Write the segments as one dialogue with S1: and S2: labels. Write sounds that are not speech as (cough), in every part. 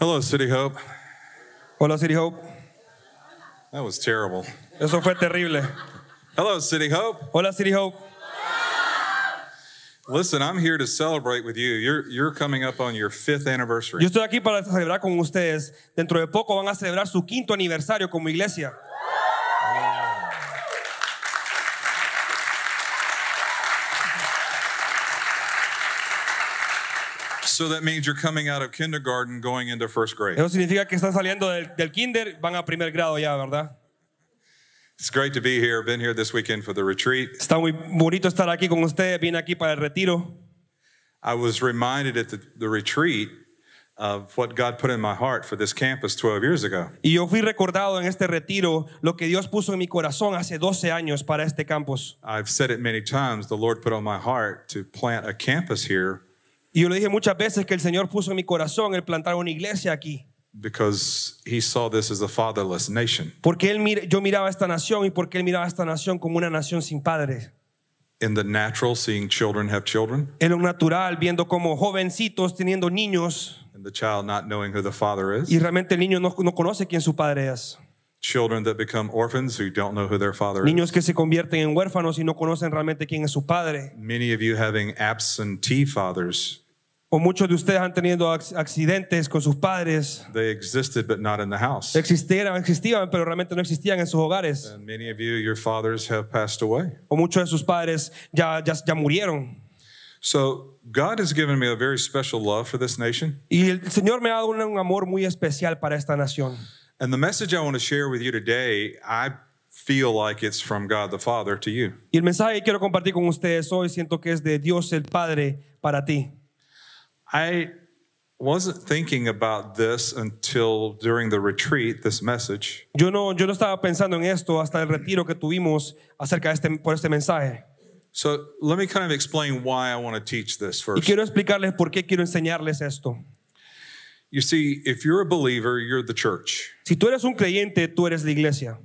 S1: Hello, City Hope.
S2: Hola City Hope.
S1: That was terrible.
S2: Eso fue terrible.
S1: Hello, City Hope.
S2: Hola City Hope.
S1: Listen, I'm here to celebrate with you. You're, you're coming up on your fifth anniversary.
S2: Yo estoy aquí para celebrar con ustedes. Dentro de poco van a celebrar su quinto aniversario como iglesia.
S1: So that means you're coming out of kindergarten going into first grade.
S2: Eso significa que están saliendo del, del kinder, van a primer grado ya, ¿verdad?
S1: It's great to be here. Been here this weekend for the retreat.
S2: Está muy bonito estar aquí con ustedes. Vine aquí para el retiro.
S1: I was reminded at the, the retreat of what God put in my heart for this campus 12 years ago.
S2: Y yo fui recordado en este retiro lo que Dios puso en mi corazón hace 12 años para este campus.
S1: I've said it many times. The Lord put on my heart to plant a campus here
S2: Y yo le dije muchas veces que el Señor puso en mi corazón el plantar una iglesia aquí.
S1: because He saw this as a fatherless nation.
S2: Porque él, mir- yo miraba esta nación y porque él miraba esta nación como una nación sin padres.
S1: In the natural, seeing children have children,
S2: En lo natural, viendo como jovencitos teniendo niños
S1: and the child not knowing who the father is.
S2: y realmente el niño no, no conoce quién su padre es.
S1: Children that become orphans who don't know who their father is.
S2: Niños que se convierten en huérfanos y no conocen realmente quién es su padre.
S1: Many of you having absentee fathers.
S2: O muchos de ustedes han tenido ac- accidentes con sus padres.
S1: They existed but not in the house.
S2: Existieron, existían, pero realmente no existían en sus hogares.
S1: And many of you, your fathers have passed away.
S2: O muchos de sus padres ya, ya, ya murieron.
S1: So God has given me a very special love for this nation.
S2: Y el Señor me ha dado un- un amor muy especial para esta nación.
S1: And the message I want to share with you today, I feel like it's from God the Father to you.
S2: Y el mensaje que quiero compartir con ustedes hoy siento que es de Dios el Padre para ti.
S1: I wasn't thinking about this until during the retreat, this message.
S2: Yo no, yo no estaba pensando en esto hasta el retiro que tuvimos acerca de este, por este mensaje.
S1: So let me kind of explain why I want to teach this
S2: Y
S1: first.
S2: quiero explicarles por qué quiero enseñarles esto.
S1: You see, if you're a believer, you're the church.
S2: Si tú eres un creyente, tú eres la iglesia.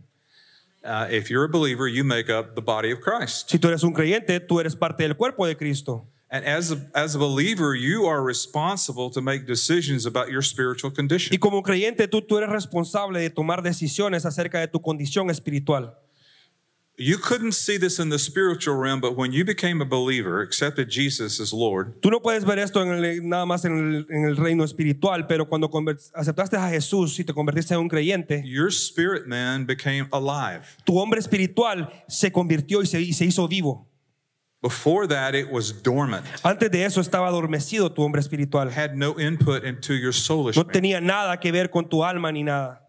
S1: Uh, if you're a believer, you make up the body of Christ.
S2: Si tú eres un creyente, tú eres parte del cuerpo de Cristo.
S1: And as a, as a believer, you are responsible to make decisions about your spiritual
S2: Y
S1: condition.
S2: como creyente, tú, tú eres responsable de tomar decisiones acerca de tu condición espiritual.
S1: You couldn't see this in the spiritual realm, but when you became a believer, accepted Jesus as Lord,
S2: Tú no puedes ver esto en el- nada más en el, en el reino espiritual, pero cuando conver- aceptaste a Jesús y te convertiste en un creyente,
S1: your spirit man became alive.
S2: tu hombre espiritual se convirtió y se, y se hizo vivo.
S1: Before that, it was dormant,
S2: Antes de eso estaba adormecido tu hombre espiritual.
S1: had no input into your soulish
S2: No
S1: man.
S2: tenía nada que ver con tu alma ni nada.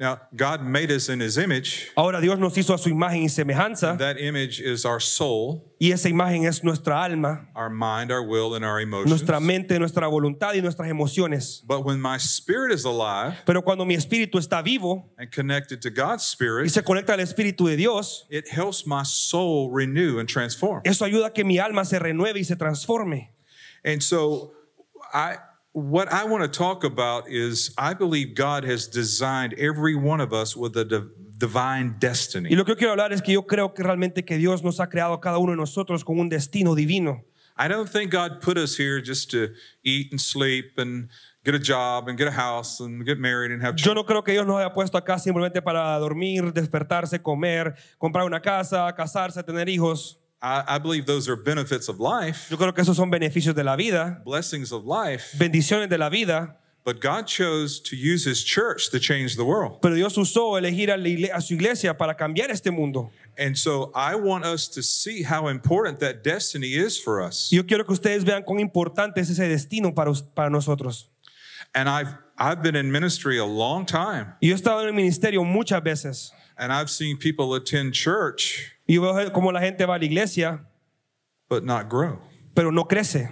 S1: Now, God made us in his image.
S2: Ahora Dios nos hizo a su imagen y semejanza
S1: That image is our soul,
S2: y esa imagen es nuestra alma,
S1: our mind, our will, and our emotions.
S2: nuestra mente, nuestra voluntad y nuestras emociones.
S1: But when my spirit is alive
S2: Pero cuando mi espíritu está vivo
S1: and connected to God's
S2: y
S1: spirit,
S2: se conecta al espíritu de Dios,
S1: it helps my soul renew and transform.
S2: eso ayuda a que mi alma se renueve y se transforme.
S1: And so I what I want to talk about is I believe God has designed every one of us with a div- divine
S2: Y
S1: destiny.
S2: lo que yo quiero hablar es que yo creo que realmente que Dios nos ha creado a cada uno de nosotros con un destino divino.
S1: I don't think God put us here just to eat and sleep and get a job and get a house and get married and have children.
S2: Yo no creo que Dios nos haya puesto acá simplemente para dormir, despertarse, comer, comprar una casa, casarse, tener hijos.
S1: I, I believe those are benefits of life,
S2: Yo creo que esos son beneficios de la vida,
S1: blessings of life.
S2: bendiciones de la vida,
S1: But God chose to use his church to change the world.
S2: pero Dios usó elegir a, la igle- a su iglesia para cambiar este mundo.
S1: And so I want us to see how important that destiny is for us.
S2: Y Yo quiero que ustedes vean cuán importante es ese destino para, us- para nosotros.
S1: And I've I've been in ministry a long time,
S2: Y yo he estado en el ministerio muchas veces
S1: and I've seen people attend church
S2: y yo veo cómo la gente va a la iglesia,
S1: but not grow.
S2: pero no crece.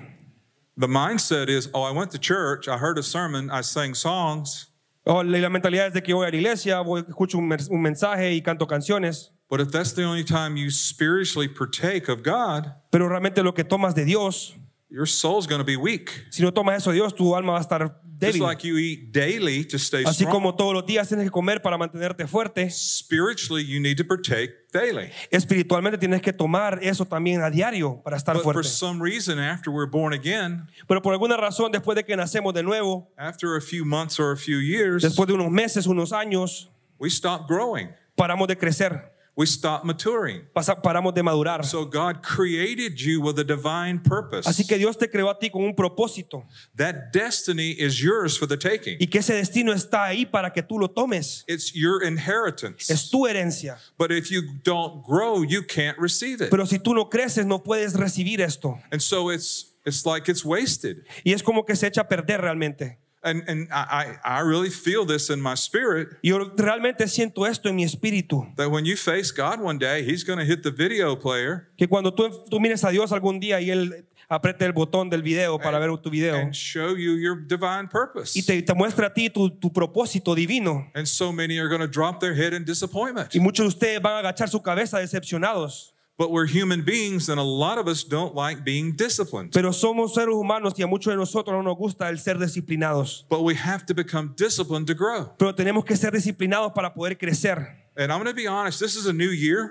S1: The mindset is, oh, I went to church, I heard a sermon, I sang songs,
S2: O Oh, la, la mentalidad es de que voy a la iglesia, voy, escucho un, mers- un mensaje y canto canciones,
S1: but if that's the only time you spiritually partake of God,
S2: pero realmente lo que tomas de Dios
S1: your soul's going to be weak.
S2: Si no tomas eso de Dios, tu alma va a estar
S1: Just
S2: débil.
S1: like you eat daily to stay
S2: Así
S1: strong,
S2: como todos los días tienes que comer para mantenerte fuerte,
S1: spiritually you need to partake daily.
S2: espiritualmente tienes que tomar eso también a diario para estar
S1: But for
S2: fuerte.
S1: some reason, after we're born again,
S2: Pero por alguna razón, después de que nacemos de nuevo,
S1: after a few months or a few years,
S2: después de unos meses, unos años,
S1: we stop growing.
S2: paramos de crecer,
S1: We stop maturing.
S2: pasa- paramos de madurar.
S1: So God created you with a divine purpose.
S2: Así que Dios te creó a ti con un propósito
S1: that destiny is yours for the taking.
S2: y que ese destino está ahí para que tú lo tomes.
S1: It's your inheritance.
S2: Es tu herencia.
S1: but if you don't grow, you can't receive it.
S2: Pero si tú no creces, no puedes recibir esto.
S1: and so it's it's like it's wasted.
S2: Y es como que se echa a perder realmente.
S1: And and I I, I really feel this in my spirit
S2: Yo realmente siento esto en mi espíritu.
S1: that when you face God one day, He's going to hit the video player
S2: Que cuando tú, tú mires a Dios algún día y Él apriete el botón del video para ver tu video
S1: and show you your divine purpose.
S2: y te, te muestra a ti tu, tu propósito divino.
S1: and so many are going to drop their head in disappointment.
S2: Y muchos de ustedes van a agachar su cabeza decepcionados.
S1: But we're human beings, and a lot of us don't like being disciplined.
S2: Pero somos seres humanos y a muchos de nosotros no nos gusta el ser disciplinados.
S1: But we have to become disciplined to grow.
S2: Pero tenemos que ser disciplinados para poder crecer.
S1: And I'm going to be honest, this is a new year,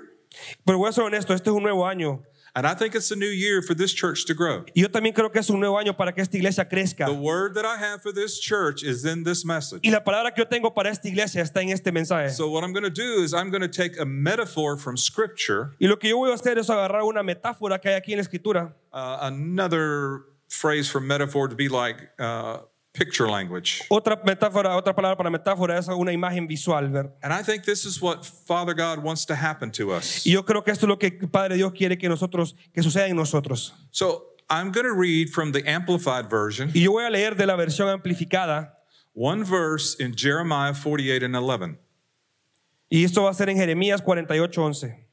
S2: Pero voy a ser honesto, este es un nuevo año.
S1: and I think it's a new year for this church to grow.
S2: Y yo también creo que es un nuevo año para que esta iglesia crezca.
S1: The word that I have for this church is in this message.
S2: Y la palabra que yo tengo para esta iglesia está en este mensaje.
S1: So, what I'm going to do is I'm going to take a metaphor from Scripture,
S2: Y lo que yo voy a hacer es agarrar una metáfora que hay aquí en la escritura.
S1: uh, another phrase for metaphor to be like uh, picture language.
S2: Otra metáfora, otra palabra para metáfora es una imagen visual, ¿ver?
S1: And I think this is what Father God wants to happen to us.
S2: Y yo creo que esto es lo que Padre Dios quiere que nosotros que suceda en nosotros.
S1: So, I'm going to read from the Amplified Version
S2: Y yo voy a leer de la versión amplificada
S1: one verse in Jeremiah 48 and 11.
S2: y esto va a ser en Jeremías 48:11.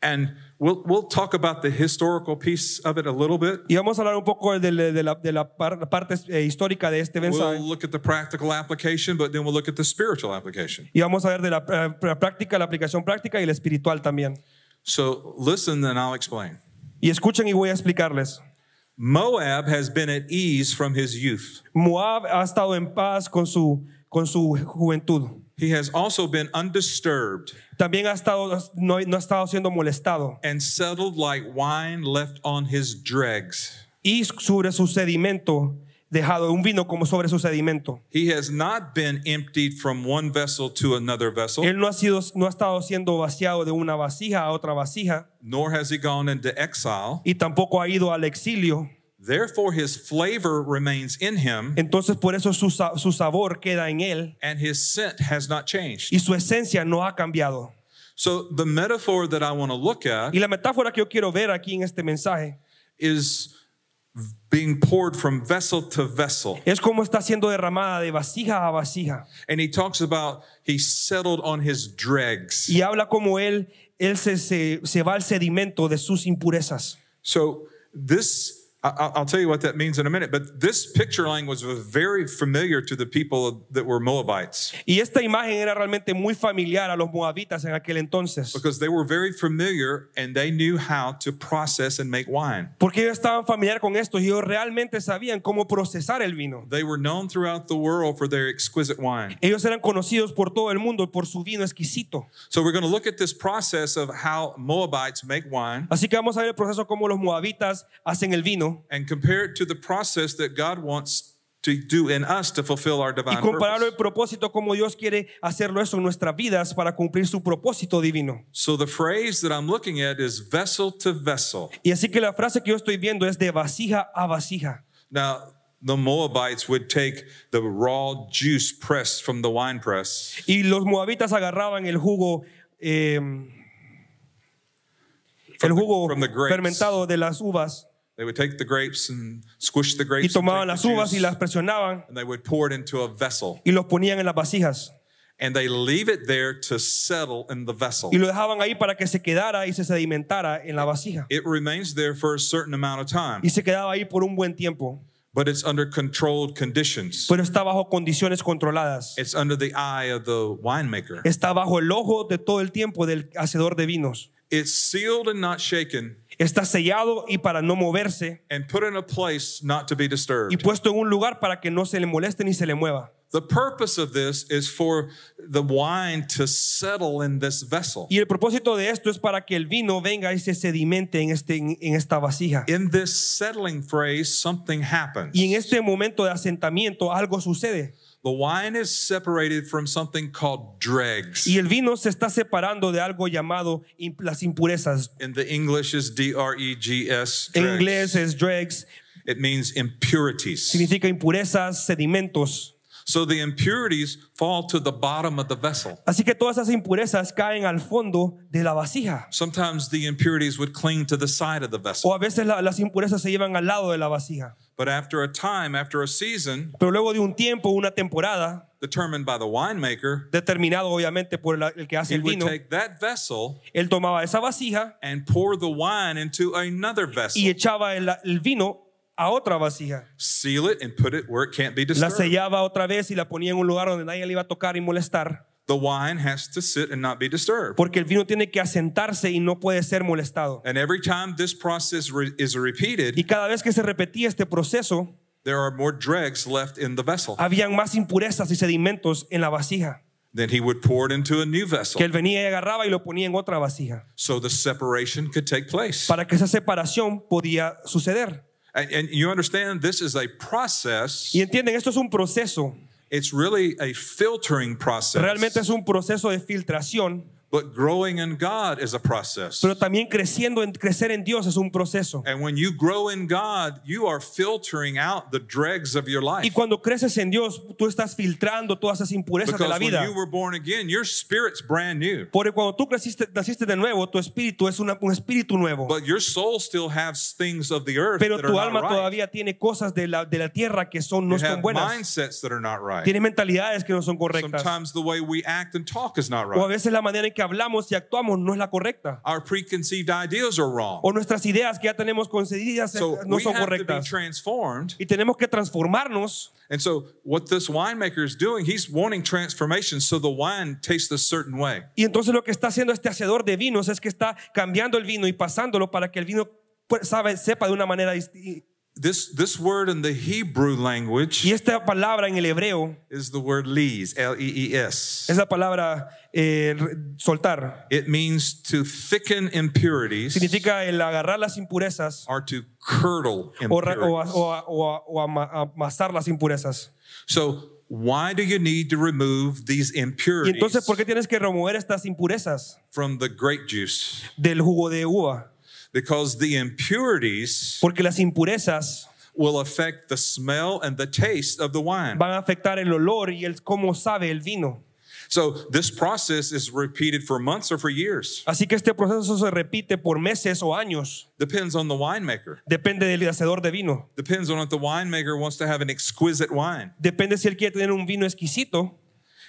S1: And we'll, we'll talk about the historical piece of it a little bit.
S2: Y vamos a hablar un poco de, la- de la, de la par- la parte eh, histórica de este
S1: We'll
S2: mensaje
S1: look at the practical application, but then we'll look at the spiritual application.
S2: y vamos a ver de la, eh, la práctica, la aplicación práctica y la espiritual también.
S1: So listen, and I'll explain.
S2: Y escuchen y voy a explicarles.
S1: Moab has been at ease from his youth.
S2: Moab ha estado en paz con su, con su juventud.
S1: He has also been undisturbed
S2: También ha estado, no, no ha estado siendo molestado.
S1: and settled like wine left on his dregs.
S2: Y sobre su sedimento, dejado un vino como sobre su sedimento.
S1: He has not been emptied from one vessel to another vessel,
S2: Él no ha, sido, no ha estado siendo vaciado de una vasija a otra vasija
S1: nor has he gone into exile.
S2: y tampoco ha ido al exilio.
S1: Therefore, his flavor remains in him,
S2: Entonces por eso su, sa- su sabor queda en él
S1: and his scent has not changed.
S2: y su esencia no ha cambiado.
S1: So, the metaphor that I want to look at
S2: Y la metáfora que yo quiero ver aquí en este mensaje
S1: is being poured from vessel to vessel.
S2: es cómo está siendo derramada de vasija a vasija.
S1: And he talks about he settled on his dregs.
S2: y habla como él, él se, se, se va al sedimento de sus impurezas.
S1: So this, I- I'll I'll tell you what that means in a minute, but this picture language was very familiar to the people that were Moabites
S2: Y esta imagen era realmente muy familiar a los moabitas en aquel entonces,
S1: because they were very familiar and they knew how to process and make wine.
S2: porque ellos estaban familiar con esto y ellos realmente sabían cómo procesar el vino.
S1: They were known throughout the world for their exquisite wine.
S2: Ellos eran conocidos por todo el mundo por su vino exquisito.
S1: So we're going to look at this process of how Moabites make wine
S2: Así que vamos a ver el proceso cómo los moabitas hacen el vino
S1: and compare it to the process that God wants to do in us to fulfill our
S2: y
S1: divine
S2: compararlo
S1: purpose.
S2: el propósito como Dios quiere hacerlo eso en nuestras vidas para cumplir su propósito divino.
S1: So the phrase that I'm looking at is vessel to vessel.
S2: Y así que la frase que yo estoy viendo es de vasija a vasija.
S1: Now, the Moabites would take the raw juice pressed from the wine press
S2: Y los moabitas agarraban el jugo, eh, el jugo
S1: from the grapes.
S2: fermentado de las uvas
S1: They would take the grapes and squish the
S2: y
S1: grapes. and
S2: tomaban
S1: take
S2: las
S1: the
S2: uvas y
S1: juice,
S2: las presionaban
S1: and they would pour it into a vessel.
S2: y los ponían en las vasijas
S1: And they leave it there to settle in the vessel.
S2: y lo dejaban ahí para que se quedara y se sedimentara en la vasija
S1: It remains there for a certain amount of time,
S2: y se quedaba ahí por un buen tiempo,
S1: but it's under controlled conditions.
S2: pero está bajo condiciones controladas.
S1: It's under the eye of the winemaker.
S2: Está bajo el ojo de todo el tiempo del hacedor de vinos.
S1: It's sealed and not shaken,
S2: está sellado y para no moverse
S1: and put in a place not to be disturbed.
S2: y puesto en un lugar para que no se le moleste ni se le mueva.
S1: The purpose of this is for the wine to settle in this vessel,
S2: Y el propósito de esto es para que el vino venga y se sedimente en, este, en, en esta vasija.
S1: in this settling phrase, something happens.
S2: Y en este momento de asentamiento algo sucede.
S1: The wine is separated from something called dregs.
S2: Y el vino se está separando de algo llamado imp- las impurezas.
S1: In the English is D R E G S.
S2: En
S1: dregs.
S2: inglés eh, es dregs,
S1: It means impurities.
S2: significa impurezas, sedimentos.
S1: So the impurities fall to the bottom of the vessel.
S2: Así que todas esas impurezas caen al fondo de la vasija.
S1: Sometimes the impurities would cling to the side of the vessel.
S2: O a veces la- las impurezas se llevan al lado de la vasija.
S1: But after a time, after a season,
S2: Pero luego de un tiempo, una temporada,
S1: determined by the winemaker,
S2: determinado obviamente por la- el que hace
S1: he
S2: el
S1: would
S2: vino,
S1: take that vessel
S2: él tomaba esa vasija
S1: and pour the wine into another
S2: y
S1: vessel,
S2: echaba el, el vino a otra vasija.
S1: seal it, and put it where it can't be
S2: La
S1: disturbed.
S2: sellaba otra vez y la ponía en un lugar donde nadie le iba a tocar y molestar.
S1: The wine has to sit and not be disturbed.
S2: Porque el vino tiene que asentarse y no puede ser molestado.
S1: And every time this process re- is
S2: Y
S1: repeated,
S2: cada vez que se repetía este proceso,
S1: there are more dregs left in the vessel.
S2: habían más impurezas y sedimentos en la vasija,
S1: Then he would pour it into a new
S2: que
S1: vessel
S2: él venía y agarraba y lo ponía en otra vasija,
S1: so the separation could take place.
S2: para que esa separación podía suceder.
S1: And, and you understand this is a process,
S2: Y entienden, esto es un proceso,
S1: it's really a filtering
S2: realmente
S1: process.
S2: es un proceso de filtración,
S1: But growing in God is a process.
S2: pero también creciendo, en, crecer en Dios es un proceso.
S1: And when you grow in God, you are filtering out the dregs of your
S2: Y
S1: life.
S2: cuando creces en Dios, tú estás filtrando todas esas impurezas de la
S1: Because when
S2: vida.
S1: you were born again, your spirit's brand new,
S2: Porque cuando tú creciste, naciste de nuevo, tu espíritu es una- un espíritu nuevo.
S1: but your soul still has things of the earth
S2: Pero
S1: that are
S2: tu
S1: not
S2: alma
S1: right.
S2: todavía tiene cosas de la, de la tierra que son, no
S1: you have
S2: son buenas.
S1: mindsets that are not right.
S2: Tiene mentalidades que no son correctas.
S1: Sometimes the way we act and talk is not
S2: O a
S1: right.
S2: veces la manera en que hablamos y actuamos no es la correcta.
S1: Our preconceived ideas are wrong.
S2: O nuestras ideas que ya tenemos concedidas eh,
S1: So
S2: no
S1: we
S2: son
S1: have to be
S2: correctas.
S1: transformed.
S2: Y tenemos que transformarnos.
S1: And so what this winemaker is doing, he's wanting transformation so the wine tastes a certain way.
S2: Y entonces lo que está haciendo este hacedor de vinos es que está cambiando el vino y pasándolo para que el vino pues, sabe, sepa de una manera distinta.
S1: This this word in the Hebrew language
S2: Y esta palabra en el hebreo
S1: is the word lees, L E E S.
S2: es la palabra eh, re- soltar.
S1: It means to thicken impurities
S2: Significa el agarrar las impurezas
S1: or to curdle
S2: o, ra- o,
S1: impurities.
S2: a- o a- o a- o ama- amasar las impurezas.
S1: So, why do you need to remove these
S2: Y entonces,
S1: impurities
S2: ¿por qué tienes que remover estas impurezas
S1: from the grape juice?
S2: del jugo de uva?
S1: Because the impurities
S2: Porque las impurezas
S1: will affect the smell and the taste of the wine.
S2: van a afectar el olor y el cómo sabe el vino.
S1: So, this process is repeated for months or for years.
S2: Así que este proceso se repite por meses o años.
S1: Depends on the winemaker.
S2: Depende del hacedor de vino.
S1: Depends on if the winemaker wants to have an exquisite wine.
S2: Depende si él quiere tener un vino exquisito.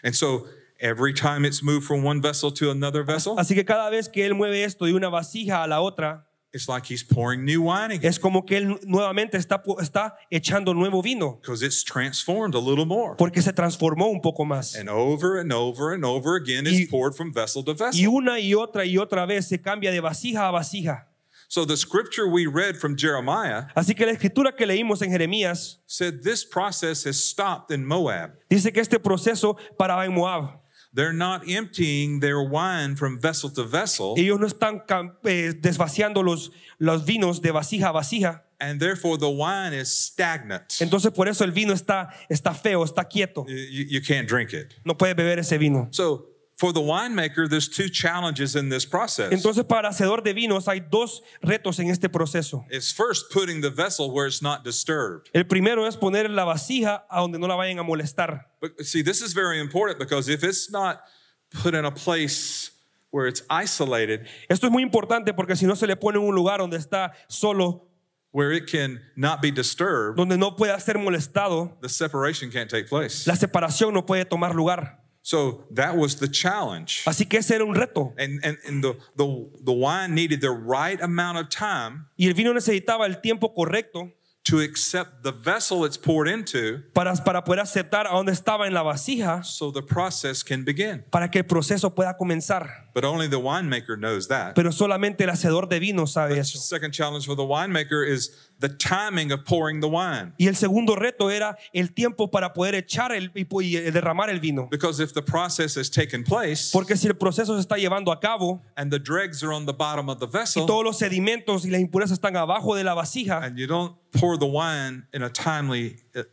S1: And so, every time it's moved from one vessel to another vessel,
S2: Así que cada vez que él mueve esto de una vasija a la otra,
S1: It's like he's pouring new wine again
S2: es como que él nuevamente está, pu- está echando nuevo vino,
S1: because it's transformed a little more.
S2: porque se transformó un poco más.
S1: And over and over and over again,
S2: Y-
S1: it's poured from vessel to
S2: Y
S1: vessel.
S2: una y otra y otra vez se cambia de vasija a vasija.
S1: So the scripture we read from Jeremiah
S2: Así que la escritura que leímos en Jeremías
S1: said this process has stopped in Moab.
S2: dice que este proceso paraba en Moab.
S1: They're not emptying their wine from vessel to vessel,
S2: Ellos no están cam- eh, desvaciando los, los vinos de vasija a vasija.
S1: and therefore the wine is stagnant.
S2: Entonces por eso el vino está, está feo, está quieto.
S1: You, you can't drink it.
S2: No puedes beber ese vino.
S1: So for the winemaker, there's two challenges in this process.
S2: Entonces para hacedor de vinos hay dos retos en este proceso.
S1: It's first putting the vessel where it's not disturbed.
S2: El primero es poner la vasija a donde no la vayan a molestar.
S1: But see, this is very important because if it's not put in a place where it's isolated,
S2: Esto es muy importante porque si no se le pone en un lugar donde está solo,
S1: where it can not be disturbed,
S2: donde no pueda ser molestado,
S1: the separation can't take place.
S2: la separación no puede tomar lugar.
S1: So that was the challenge.
S2: Así que ese era un reto.
S1: And, and, and the, the, the wine needed the right amount of time
S2: Y el vino necesitaba el tiempo correcto
S1: to accept the vessel it's poured into
S2: para, para poder aceptar a dónde estaba en la vasija,
S1: so the process can begin.
S2: para que el proceso pueda comenzar.
S1: But only the winemaker knows that.
S2: Pero solamente el hacedor de vino sabe eso.
S1: Second challenge for the winemaker is the timing of pouring the wine.
S2: Y el segundo reto era el tiempo para poder echar el, y po- y eh, derramar el vino.
S1: Because if the process has taken place
S2: Porque si el proceso se está llevando a cabo,
S1: and the dregs are on the bottom of the
S2: y
S1: vessel
S2: todos los sedimentos y las impurezas están abajo de la vasija,
S1: and you don't pour the wine in a timely, uh,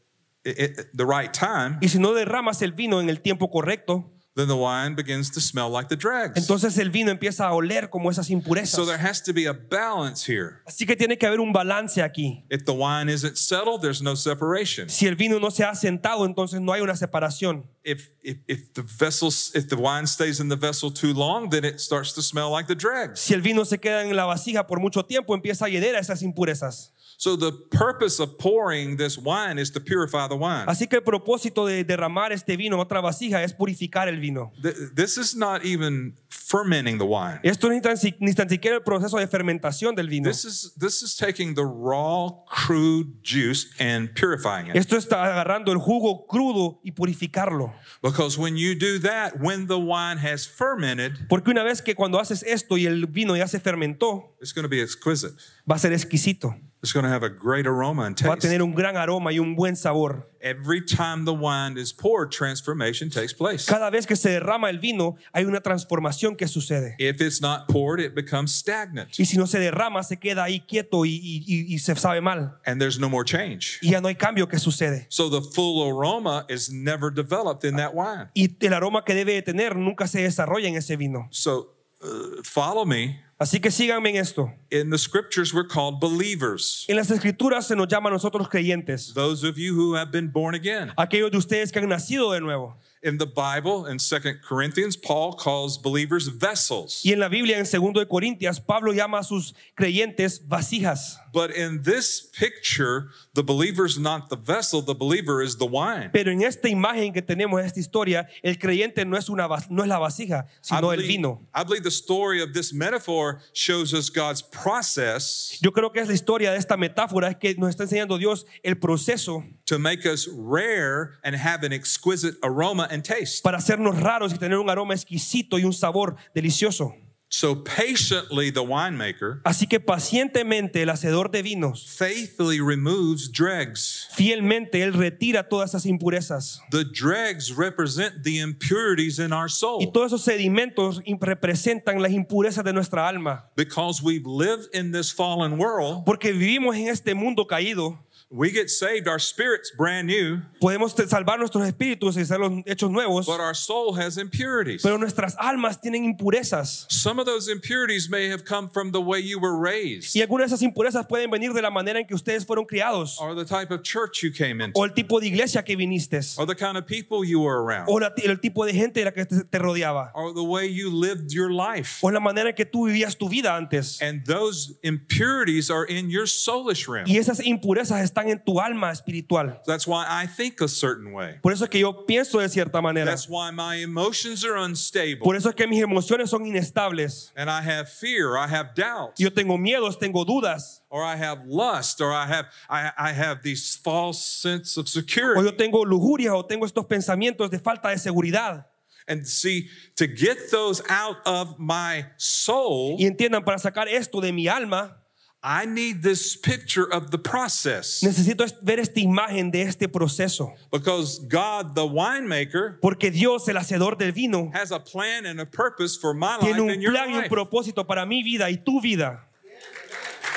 S1: i- i- the right time,
S2: y si no derramas el vino en el tiempo correcto,
S1: then the wine begins to smell like the dregs.
S2: entonces el vino empieza a oler como esas
S1: So there
S2: impurezas.
S1: has to be a balance here.
S2: Así que tiene que haber un balance aquí.
S1: If the wine isn't settled, there's no separation.
S2: Si el vino no se ha asentado, entonces no hay una separación.
S1: If, if, if the vessel, if the wine stays in the vessel too long, then it starts to smell like the dregs.
S2: Si el vino se queda en la vasija por mucho tiempo, empieza a llenar a esas impurezas.
S1: So the purpose of pouring this wine is to purify the wine.
S2: Así que el propósito de derramar este vino en otra vasija es purificar el vino.
S1: Th- This is not even fermenting the wine.
S2: Esto ni tan, si- ni tan siquiera el proceso de fermentación del vino.
S1: This is this is taking the raw crude juice and purifying it.
S2: Esto está agarrando el jugo crudo y purificarlo.
S1: Because when you do that, when the wine has fermented,
S2: Porque una vez que cuando haces esto y el vino ya se fermentó,
S1: it's going to be exquisite.
S2: va a ser exquisito.
S1: It's going to have a great aroma and
S2: Va a
S1: taste.
S2: tener un gran aroma y un buen sabor.
S1: Every time the wine is poured, transformation takes place.
S2: Cada vez que se derrama el vino, hay una transformación que sucede.
S1: If it's not poured, it becomes stagnant
S2: Y si no se derrama, se queda ahí quieto y, y- y- y se sabe mal.
S1: and there's no more change.
S2: Y ya no hay cambio que sucede.
S1: So the full aroma is never developed in that wine.
S2: Y el aroma que debe de tener nunca se desarrolla en ese vino.
S1: So uh, follow me.
S2: Así que síganme en esto.
S1: In the scriptures, we're called believers.
S2: En las escrituras se nos llama a nosotros creyentes.
S1: Those of you who have been born again.
S2: aquellos de ustedes que han nacido de nuevo.
S1: In the Bible, in 2 Corinthians, Paul calls believers vessels.
S2: Y en la Biblia, en 2 de Corintias, Pablo llama a sus creyentes vasijas.
S1: But in this picture, the believer's not the vessel, the believer is the wine.
S2: Pero en esta imagen que tenemos, en esta historia, el creyente no es, una, vas- no es la vasija,
S1: I
S2: sino el
S1: believe-
S2: vino.
S1: I believe the story of this metaphor shows us God's process
S2: Yo creo que es la historia de esta metáfora, es que nos está enseñando Dios el proceso
S1: to make us rare and have an exquisite aroma and taste.
S2: para hacernos raros y tener un aroma exquisito y un sabor delicioso.
S1: So patiently, the winemaker
S2: Así que pacientemente el hacedor de vinos,
S1: faithfully removes dregs.
S2: fielmente él retira todas esas impurezas.
S1: The dregs represent the impurities in our
S2: Y
S1: soul.
S2: todos esos sedimentos im- representan las impurezas de nuestra alma.
S1: Because we live in this fallen world,
S2: Porque vivimos en este mundo caído.
S1: we get saved, our spirit's brand new,
S2: Podemos te- salvar nuestros espíritus y ser los hechos nuevos,
S1: but our soul has impurities.
S2: pero nuestras almas tienen impurezas.
S1: Some of those impurities may have come from the way you were raised
S2: Y algunas de esas impurezas pueden venir de la manera en que ustedes fueron criados,
S1: or the type of church you came into.
S2: o el tipo de iglesia que viniste,
S1: or the kind of people you were around,
S2: o la- el tipo de gente de la que te te rodeaba,
S1: or the way you lived your life.
S2: o la manera en que tú vivías tu vida antes.
S1: And those impurities are in your soulish realm.
S2: Y esas impurezas están en tu alma espiritual.
S1: That's why I think a certain way.
S2: Por eso es que yo pienso de cierta manera.
S1: That's why my emotions are unstable.
S2: Por eso es que mis emociones son inestables.
S1: And I have fear, I have doubt,
S2: Yo tengo miedos, tengo dudas.
S1: or I have lust, or I have I, I have these false sense of
S2: o
S1: security.
S2: yo tengo lujuria o tengo estos pensamientos de falta de seguridad.
S1: And see, to get those out of my soul,
S2: Y entiendan, para sacar esto de mi alma,
S1: I need this picture of the process.
S2: necesito es- ver esta imagen de este proceso.
S1: Because God, the winemaker,
S2: Porque Dios, el hacedor del vino,
S1: has a plan and a purpose for my life
S2: tiene un
S1: and your
S2: plan y un
S1: life.
S2: propósito para mi vida y tu vida.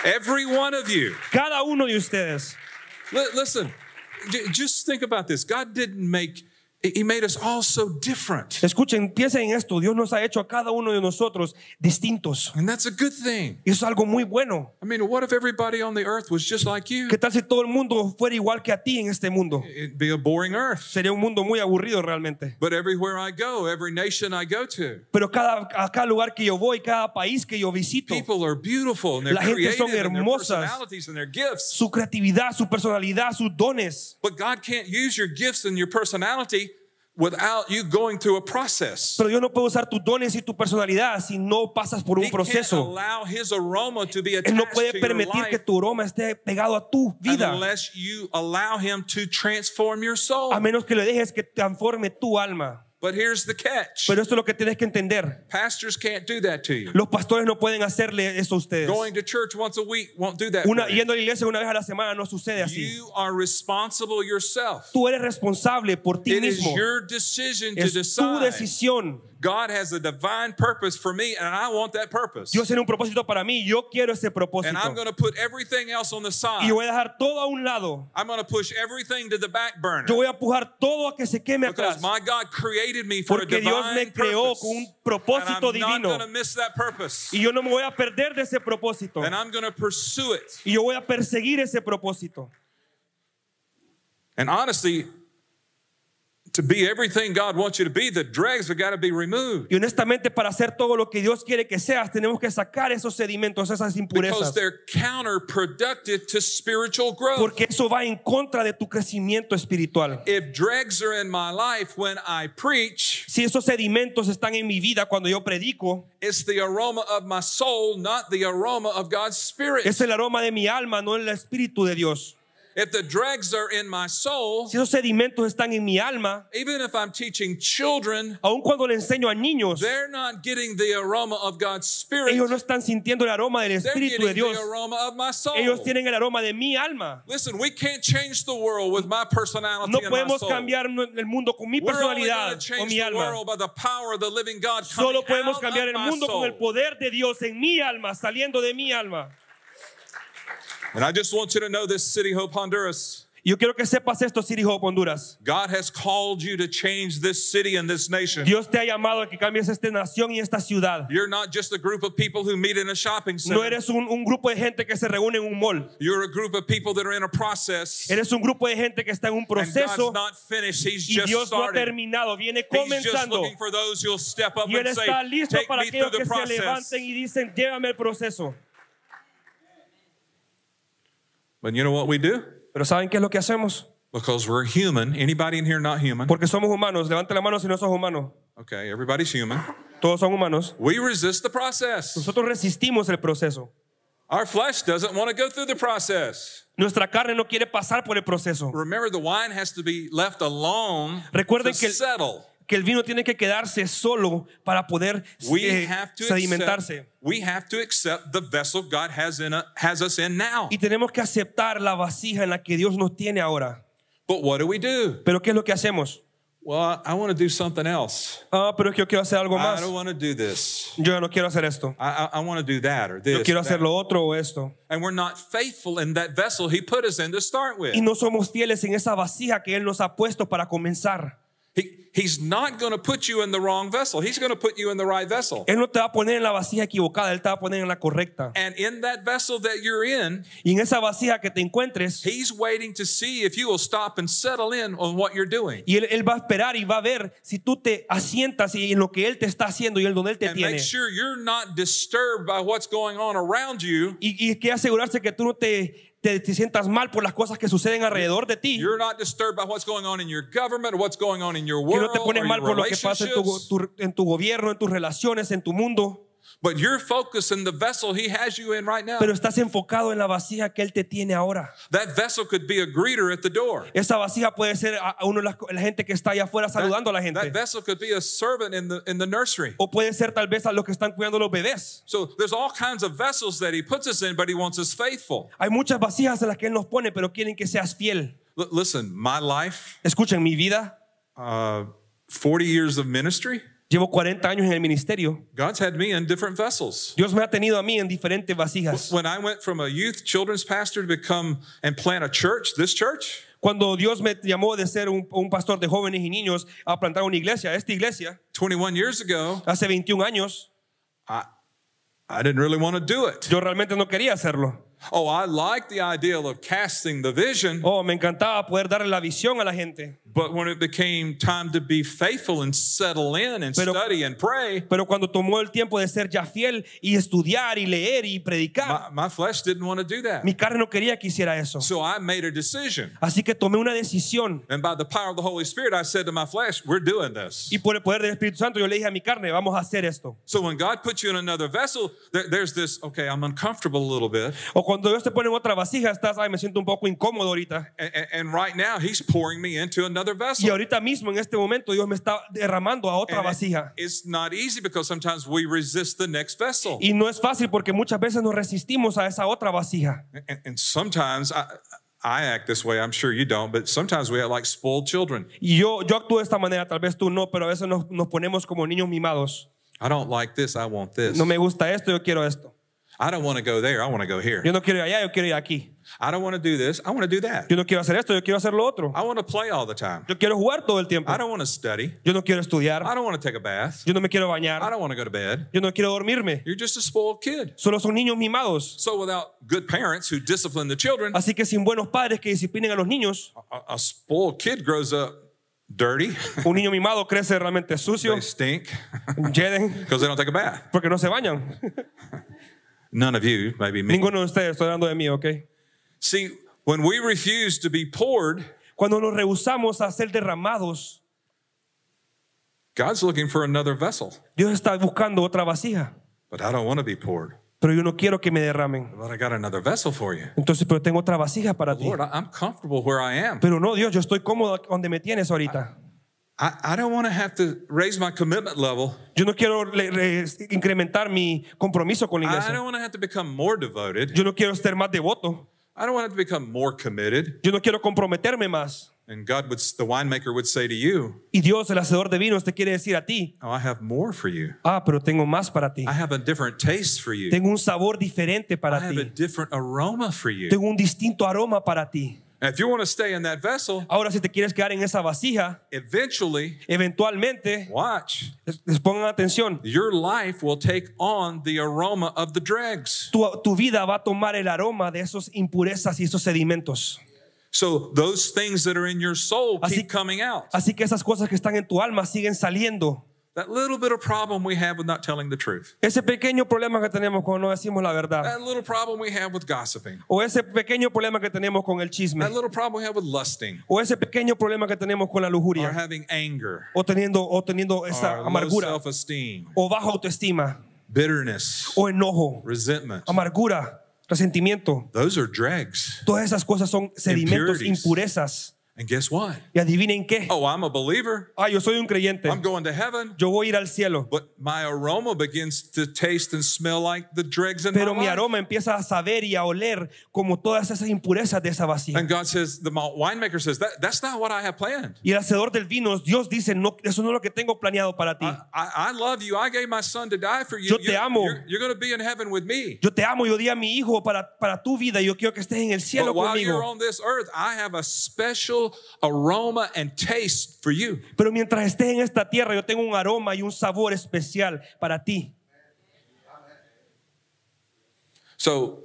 S1: Every one of you.
S2: Cada uno de ustedes.
S1: Li- listen, j- just think about this. God didn't make, He he made us all so different.
S2: Escuchen, piensen en esto. Dios nos ha hecho a cada uno de nosotros distintos.
S1: And that's a good thing.
S2: Y eso es algo muy bueno.
S1: I mean, what if everybody on the earth was just like you?
S2: ¿Qué tal si todo el mundo fuera igual que a ti en este mundo?
S1: It'd be a boring earth.
S2: Sería un mundo muy aburrido realmente.
S1: But everywhere I go, every nation I go to,
S2: Pero cada, a cada lugar que yo voy, cada país que yo visito,
S1: people are beautiful and they're
S2: La gente
S1: creative
S2: son
S1: and their
S2: hermosas.
S1: personalities and their gifts.
S2: su creatividad, su personalidad, sus dones.
S1: But God can't use your gifts and your personality without you going through a process.
S2: Pero Dios no puede usar tus dones y tu personalidad si no pasas por un
S1: He can't
S2: proceso.
S1: allow his aroma to be
S2: Él
S1: attached
S2: no puede
S1: to your
S2: permitir que
S1: life
S2: tu aroma esté pegado a tu vida,
S1: unless you allow him to transform your soul.
S2: a menos que le dejes que transforme tu alma.
S1: But here's the catch.
S2: Pero esto es lo que tienes que entender.
S1: Pastors can't do that to you.
S2: Los pastores no pueden hacerle eso a ustedes.
S1: Going to church once a week won't do that.
S2: Una,
S1: for you.
S2: yendo a la iglesia una vez a la semana no sucede así.
S1: You are responsible yourself.
S2: Tú eres responsable por ti
S1: It is
S2: mismo.
S1: your decision to
S2: Es tu
S1: decide.
S2: decisión.
S1: God has a divine purpose for me, and I want that purpose.
S2: Dios tiene un propósito para mí. Yo quiero ese
S1: And
S2: propósito.
S1: I'm going to put everything else on the
S2: Y
S1: side.
S2: yo voy a dejar todo a un lado.
S1: I'm going to push everything to the back
S2: Yo
S1: burner
S2: voy a empujar todo a que se queme atrás.
S1: because my God created me for a
S2: Porque Dios
S1: divine
S2: me creó
S1: purpose.
S2: con un
S1: And
S2: propósito
S1: I'm not
S2: divino.
S1: going to miss that purpose.
S2: Y yo no me voy a perder de ese propósito.
S1: And I'm going to pursue it.
S2: Y yo voy a perseguir ese propósito.
S1: And honestly, to be everything God wants you to be, the dregs have got to be removed
S2: Y honestamente, para hacer todo lo que Dios quiere que seas, tenemos que sacar esos sedimentos, esas
S1: because
S2: impurezas.
S1: they're counterproductive to spiritual growth.
S2: Porque eso va en contra de tu crecimiento espiritual.
S1: If dregs are in my life when I preach,
S2: Si esos sedimentos están en mi vida cuando yo predico,
S1: it's the aroma of my soul, not the aroma of God's Spirit.
S2: es el aroma de mi alma, no el espíritu de Dios.
S1: If the dregs are in my soul,
S2: Si esos sedimentos están en mi alma,
S1: even if I'm teaching children,
S2: aun cuando le enseño a niños,
S1: they're not getting the aroma of God's Spirit.
S2: ellos no están sintiendo el aroma del
S1: They're
S2: espíritu de
S1: getting
S2: Dios.
S1: the aroma of my soul.
S2: Ellos tienen el aroma de mi alma.
S1: Listen, we can't change the world with my personality
S2: No
S1: and my
S2: podemos
S1: soul.
S2: cambiar el mundo con mi
S1: We're only
S2: personalidad
S1: gonna
S2: o
S1: change
S2: mi
S1: the
S2: alma.
S1: world by the power of the living God coming
S2: Solo podemos
S1: out
S2: cambiar
S1: of
S2: el
S1: my
S2: mundo con el
S1: soul.
S2: poder de Dios en mi alma, saliendo de mi alma.
S1: And I just want you to know this, City Hope Honduras.
S2: Y Yo quiero que sepas esto, City Hope Honduras.
S1: God has called you to change this city and this nation.
S2: Dios te ha llamado a que cambies esta nación y esta ciudad.
S1: You're not just a group of people who meet in a shopping center.
S2: No eres un, un grupo de gente que se reúne en un mall.
S1: You're a group of people that are in a process.
S2: Eres un grupo de gente que está en un
S1: And God's
S2: proceso
S1: not finished. He's
S2: y
S1: just
S2: Dios no ha
S1: started.
S2: terminado. Viene
S1: He's just
S2: comenzando.
S1: looking for those who'll step up
S2: Y Él
S1: and say,
S2: está listo
S1: take
S2: para
S1: me through
S2: aquellos
S1: the
S2: que se
S1: process.
S2: levanten y dicen, llévame el proceso.
S1: But you know what we do?
S2: Pero ¿saben qué es lo que hacemos?
S1: Because we're human. Anybody in here not human?
S2: Porque somos humanos. Levanta la mano si no sos humano.
S1: Okay, everybody's human.
S2: Todos son humanos.
S1: We resist the process.
S2: Nosotros resistimos el proceso.
S1: Our flesh doesn't want to go through the process.
S2: Nuestra carne no quiere pasar por el proceso.
S1: Remember, the wine has to be left alone
S2: Recuerden
S1: to
S2: que el-
S1: settle.
S2: Que el vino tiene que quedarse solo para poder
S1: We
S2: eh,
S1: have to
S2: sedimentarse.
S1: accept, we have to accept the vessel God has in a, has us in now.
S2: Y tenemos que aceptar la vasija en la que Dios nos tiene ahora.
S1: But what do we do?
S2: Pero ¿qué es lo que hacemos?
S1: Well, I, I want to do something else.
S2: Ah, pero es que yo quiero hacer algo
S1: I
S2: más.
S1: don't want to do this.
S2: Yo ya no quiero hacer esto.
S1: I, I, I want to do that or
S2: Yo
S1: this.
S2: quiero
S1: or that.
S2: hacer lo otro o esto.
S1: And we're not faithful in that vessel He put us in to start with.
S2: Y no somos fieles en esa vasija que Él nos ha puesto para comenzar.
S1: He, he's not going to put you in the wrong vessel. He's going to put you in the right vessel.
S2: Él no te va a poner en la vasija equivocada, Él te va a poner en la correcta.
S1: And in that vessel that you're in,
S2: Y en esa vasija que te encuentres,
S1: He's waiting to see if you will stop and settle in on what you're doing.
S2: y él, Él va a esperar y va a ver si tú te asientas y en lo que Él te está haciendo y el donde Él te
S1: And
S2: tiene.
S1: make sure you're not disturbed by what's going on around you.
S2: Y, y que asegurarse que tú no te, te, te sientas mal por las cosas que suceden alrededor de ti.
S1: You're not disturbed by what's going on in your government or what's going on in your
S2: Que
S1: world
S2: no te
S1: or
S2: pones mal
S1: your
S2: por lo que pasa en tu, go-
S1: relationships.
S2: tu- en tu gobierno, en tus relaciones, en tu mundo.
S1: But you're focused in the vessel He has you in right now.
S2: Pero estás enfocado en la vasija que Él te tiene ahora.
S1: That vessel could be a greeter at the door.
S2: Esa vasija puede ser a a uno de las co- la gente que está allá afuera saludando a la
S1: That
S2: gente.
S1: vessel could be a servant in the in the nursery.
S2: O puede ser tal vez a los que están cuidando los bebés.
S1: So there's all kinds of vessels that he puts us in, but he wants us faithful.
S2: Hay muchas vasijas en las que Él nos pone, pero quieren que seas fiel.
S1: L- listen, my life,
S2: Escuchen, mi vida,
S1: uh, 40 years of ministry,
S2: llevo 40 años en el ministerio.
S1: God's had me in different vessels.
S2: Dios me ha tenido a mí en diferentes vasijas.
S1: When I went from a youth children's pastor to become and plant a church, this church,
S2: Cuando Dios me llamó de ser un, un pastor de jóvenes y niños a plantar una iglesia, esta iglesia,
S1: 21 years ago,
S2: hace 21 años,
S1: I didn't really want to do it.
S2: yo realmente no quería hacerlo.
S1: Oh, I like the ideal of casting the vision,
S2: Oh, me encantaba poder darle la visión a la gente.
S1: but when it became time to be faithful and settle in and
S2: Pero-
S1: study and pray,
S2: Pero cuando tomó el tiempo de ser ya fiel y estudiar y leer y predicar,
S1: my, my flesh didn't want to do that.
S2: mi carne no quería que hiciera eso.
S1: So I made a decision.
S2: Así que tomé una decisión.
S1: And by the power of the Holy Spirit, I said to my flesh, We're doing this.
S2: Y por el poder del Espíritu Santo yo le dije a mi carne, vamos a hacer esto.
S1: So when God puts you in another vessel, there, there's this, okay, I'm uncomfortable a little bit.
S2: O cuando Dios te pone en otra vasija, estás, ay, me siento un poco incómodo ahorita.
S1: And, and- and right now, He's pouring me into another
S2: Y
S1: vessel.
S2: ahorita mismo, en este momento, Dios me está derramando a otra
S1: And it-
S2: vasija.
S1: it's not easy because sometimes we resist the next vessel.
S2: Y no es fácil porque muchas veces nos resistimos a esa otra vasija.
S1: And, and sometimes I, I act this way, I'm sure you don't, but sometimes we act like spoiled children.
S2: Y yo, yo actúo de esta manera, tal vez tú no, pero a veces nos, nos ponemos como niños mimados.
S1: I don't like this, I want this.
S2: No me gusta esto, yo quiero esto.
S1: I don't want to go there, I want to go here.
S2: Yo no quiero ir allá, yo quiero ir aquí.
S1: I don't want to do this, I want to do that.
S2: Yo no quiero hacer esto, yo quiero hacer lo otro.
S1: I want to play all the time.
S2: Yo quiero jugar todo el tiempo.
S1: I don't want to study.
S2: Yo no quiero estudiar.
S1: I don't want to take a bath.
S2: Yo no me quiero
S1: I
S2: bañar.
S1: don't want to go to bed.
S2: Yo no quiero dormirme.
S1: You're just a spoiled kid.
S2: Solo son niños mimados.
S1: So without good parents who discipline the children,
S2: Así que sin buenos padres que disciplinen a los niños,
S1: a, a spoiled kid grows up dirty. (laughs)
S2: un niño mimado crece realmente sucio,
S1: They stink (laughs)
S2: yeden,
S1: because they don't take a bath.
S2: porque no se bañan.
S1: None of you, maybe me.
S2: Ninguno de ustedes, estoy hablando de mí, ¿ok?
S1: See, when we refuse to be poured,
S2: Cuando nos rehusamos a ser derramados,
S1: God's looking for another vessel.
S2: Dios está buscando otra vasija.
S1: But I don't want to be poured.
S2: Pero yo no quiero que me derramen.
S1: But I got another vessel for you.
S2: Entonces, pero tengo otra vasija para ti.
S1: Lord, I- I'm comfortable where I am.
S2: Pero no, Dios, yo estoy cómodo donde me tienes ahorita.
S1: I, I don't want to have to raise my commitment level.
S2: Yo no quiero le- re- incrementar mi compromiso con la
S1: I
S2: iglesia.
S1: don't want to have to become more devoted.
S2: Yo no quiero ser más devoto.
S1: I don't want to have to become more committed.
S2: Yo no quiero comprometerme más.
S1: And God would, s- the winemaker would say to you,
S2: Y Dios, el hacedor de vinos, te quiere decir a ti,
S1: Oh, I have more for you.
S2: ah, pero tengo más para ti.
S1: I have a different taste for you.
S2: Tengo un sabor diferente
S1: I
S2: para
S1: have a
S2: ti.
S1: different aroma for you.
S2: Tengo un distinto aroma para ti.
S1: Now, if you want to stay in that vessel,
S2: Ahora, si te quieres quedar en esa vasija,
S1: eventually,
S2: eventualmente,
S1: watch,
S2: les- les pongan atención,
S1: your life will take on the aroma of the dregs.
S2: tu, tu vida va a tomar el aroma de esas impurezas y esos sedimentos.
S1: So those things that are in your soul
S2: Así-
S1: keep coming out.
S2: Así que esas cosas que están en tu alma siguen saliendo.
S1: That little bit of problem we have with not telling the truth.
S2: Ese pequeño problema que tenemos cuando no decimos la verdad.
S1: That little problem we have with gossiping.
S2: O ese pequeño problema que tenemos con el chisme.
S1: That little problem we have with lusting
S2: O ese pequeño problema que tenemos con la
S1: or
S2: lujuria.
S1: having anger
S2: O teniendo, o teniendo esa
S1: or low
S2: amargura.
S1: self-esteem,
S2: O baja autoestima.
S1: bitterness,
S2: O enojo.
S1: resentment.
S2: Amargura. Resentimiento.
S1: Those are dregs.
S2: Todas esas cosas son sedimentos,
S1: Impurities.
S2: impurezas.
S1: And guess what?
S2: Y adivinen qué.
S1: Oh, I'm a believer.
S2: Ah, yo soy un creyente.
S1: I'm going to heaven.
S2: Yo voy a ir al cielo.
S1: But my aroma begins to taste and smell like the dregs in
S2: Pero
S1: my
S2: mi
S1: life.
S2: aroma empieza a saber y a oler como todas esas impurezas de esa vasija.
S1: And God says, the malt winemaker says, that, that's not what I have planned.
S2: Y el hacedor del vino, Dios dice, no, eso no es lo que tengo planeado para ti.
S1: I, I, I love you. I gave my son to die for you.
S2: Yo te
S1: You're-
S2: amo.
S1: You're, going to be in heaven with me.
S2: Yo te amo, yo di a mi hijo para, para tu vida y yo quiero que estés en el cielo
S1: But while you're
S2: conmigo.
S1: on this earth, I have a special aroma and taste for you.
S2: Pero mientras estés en esta tierra, yo tengo un aroma y un sabor especial para ti.
S1: So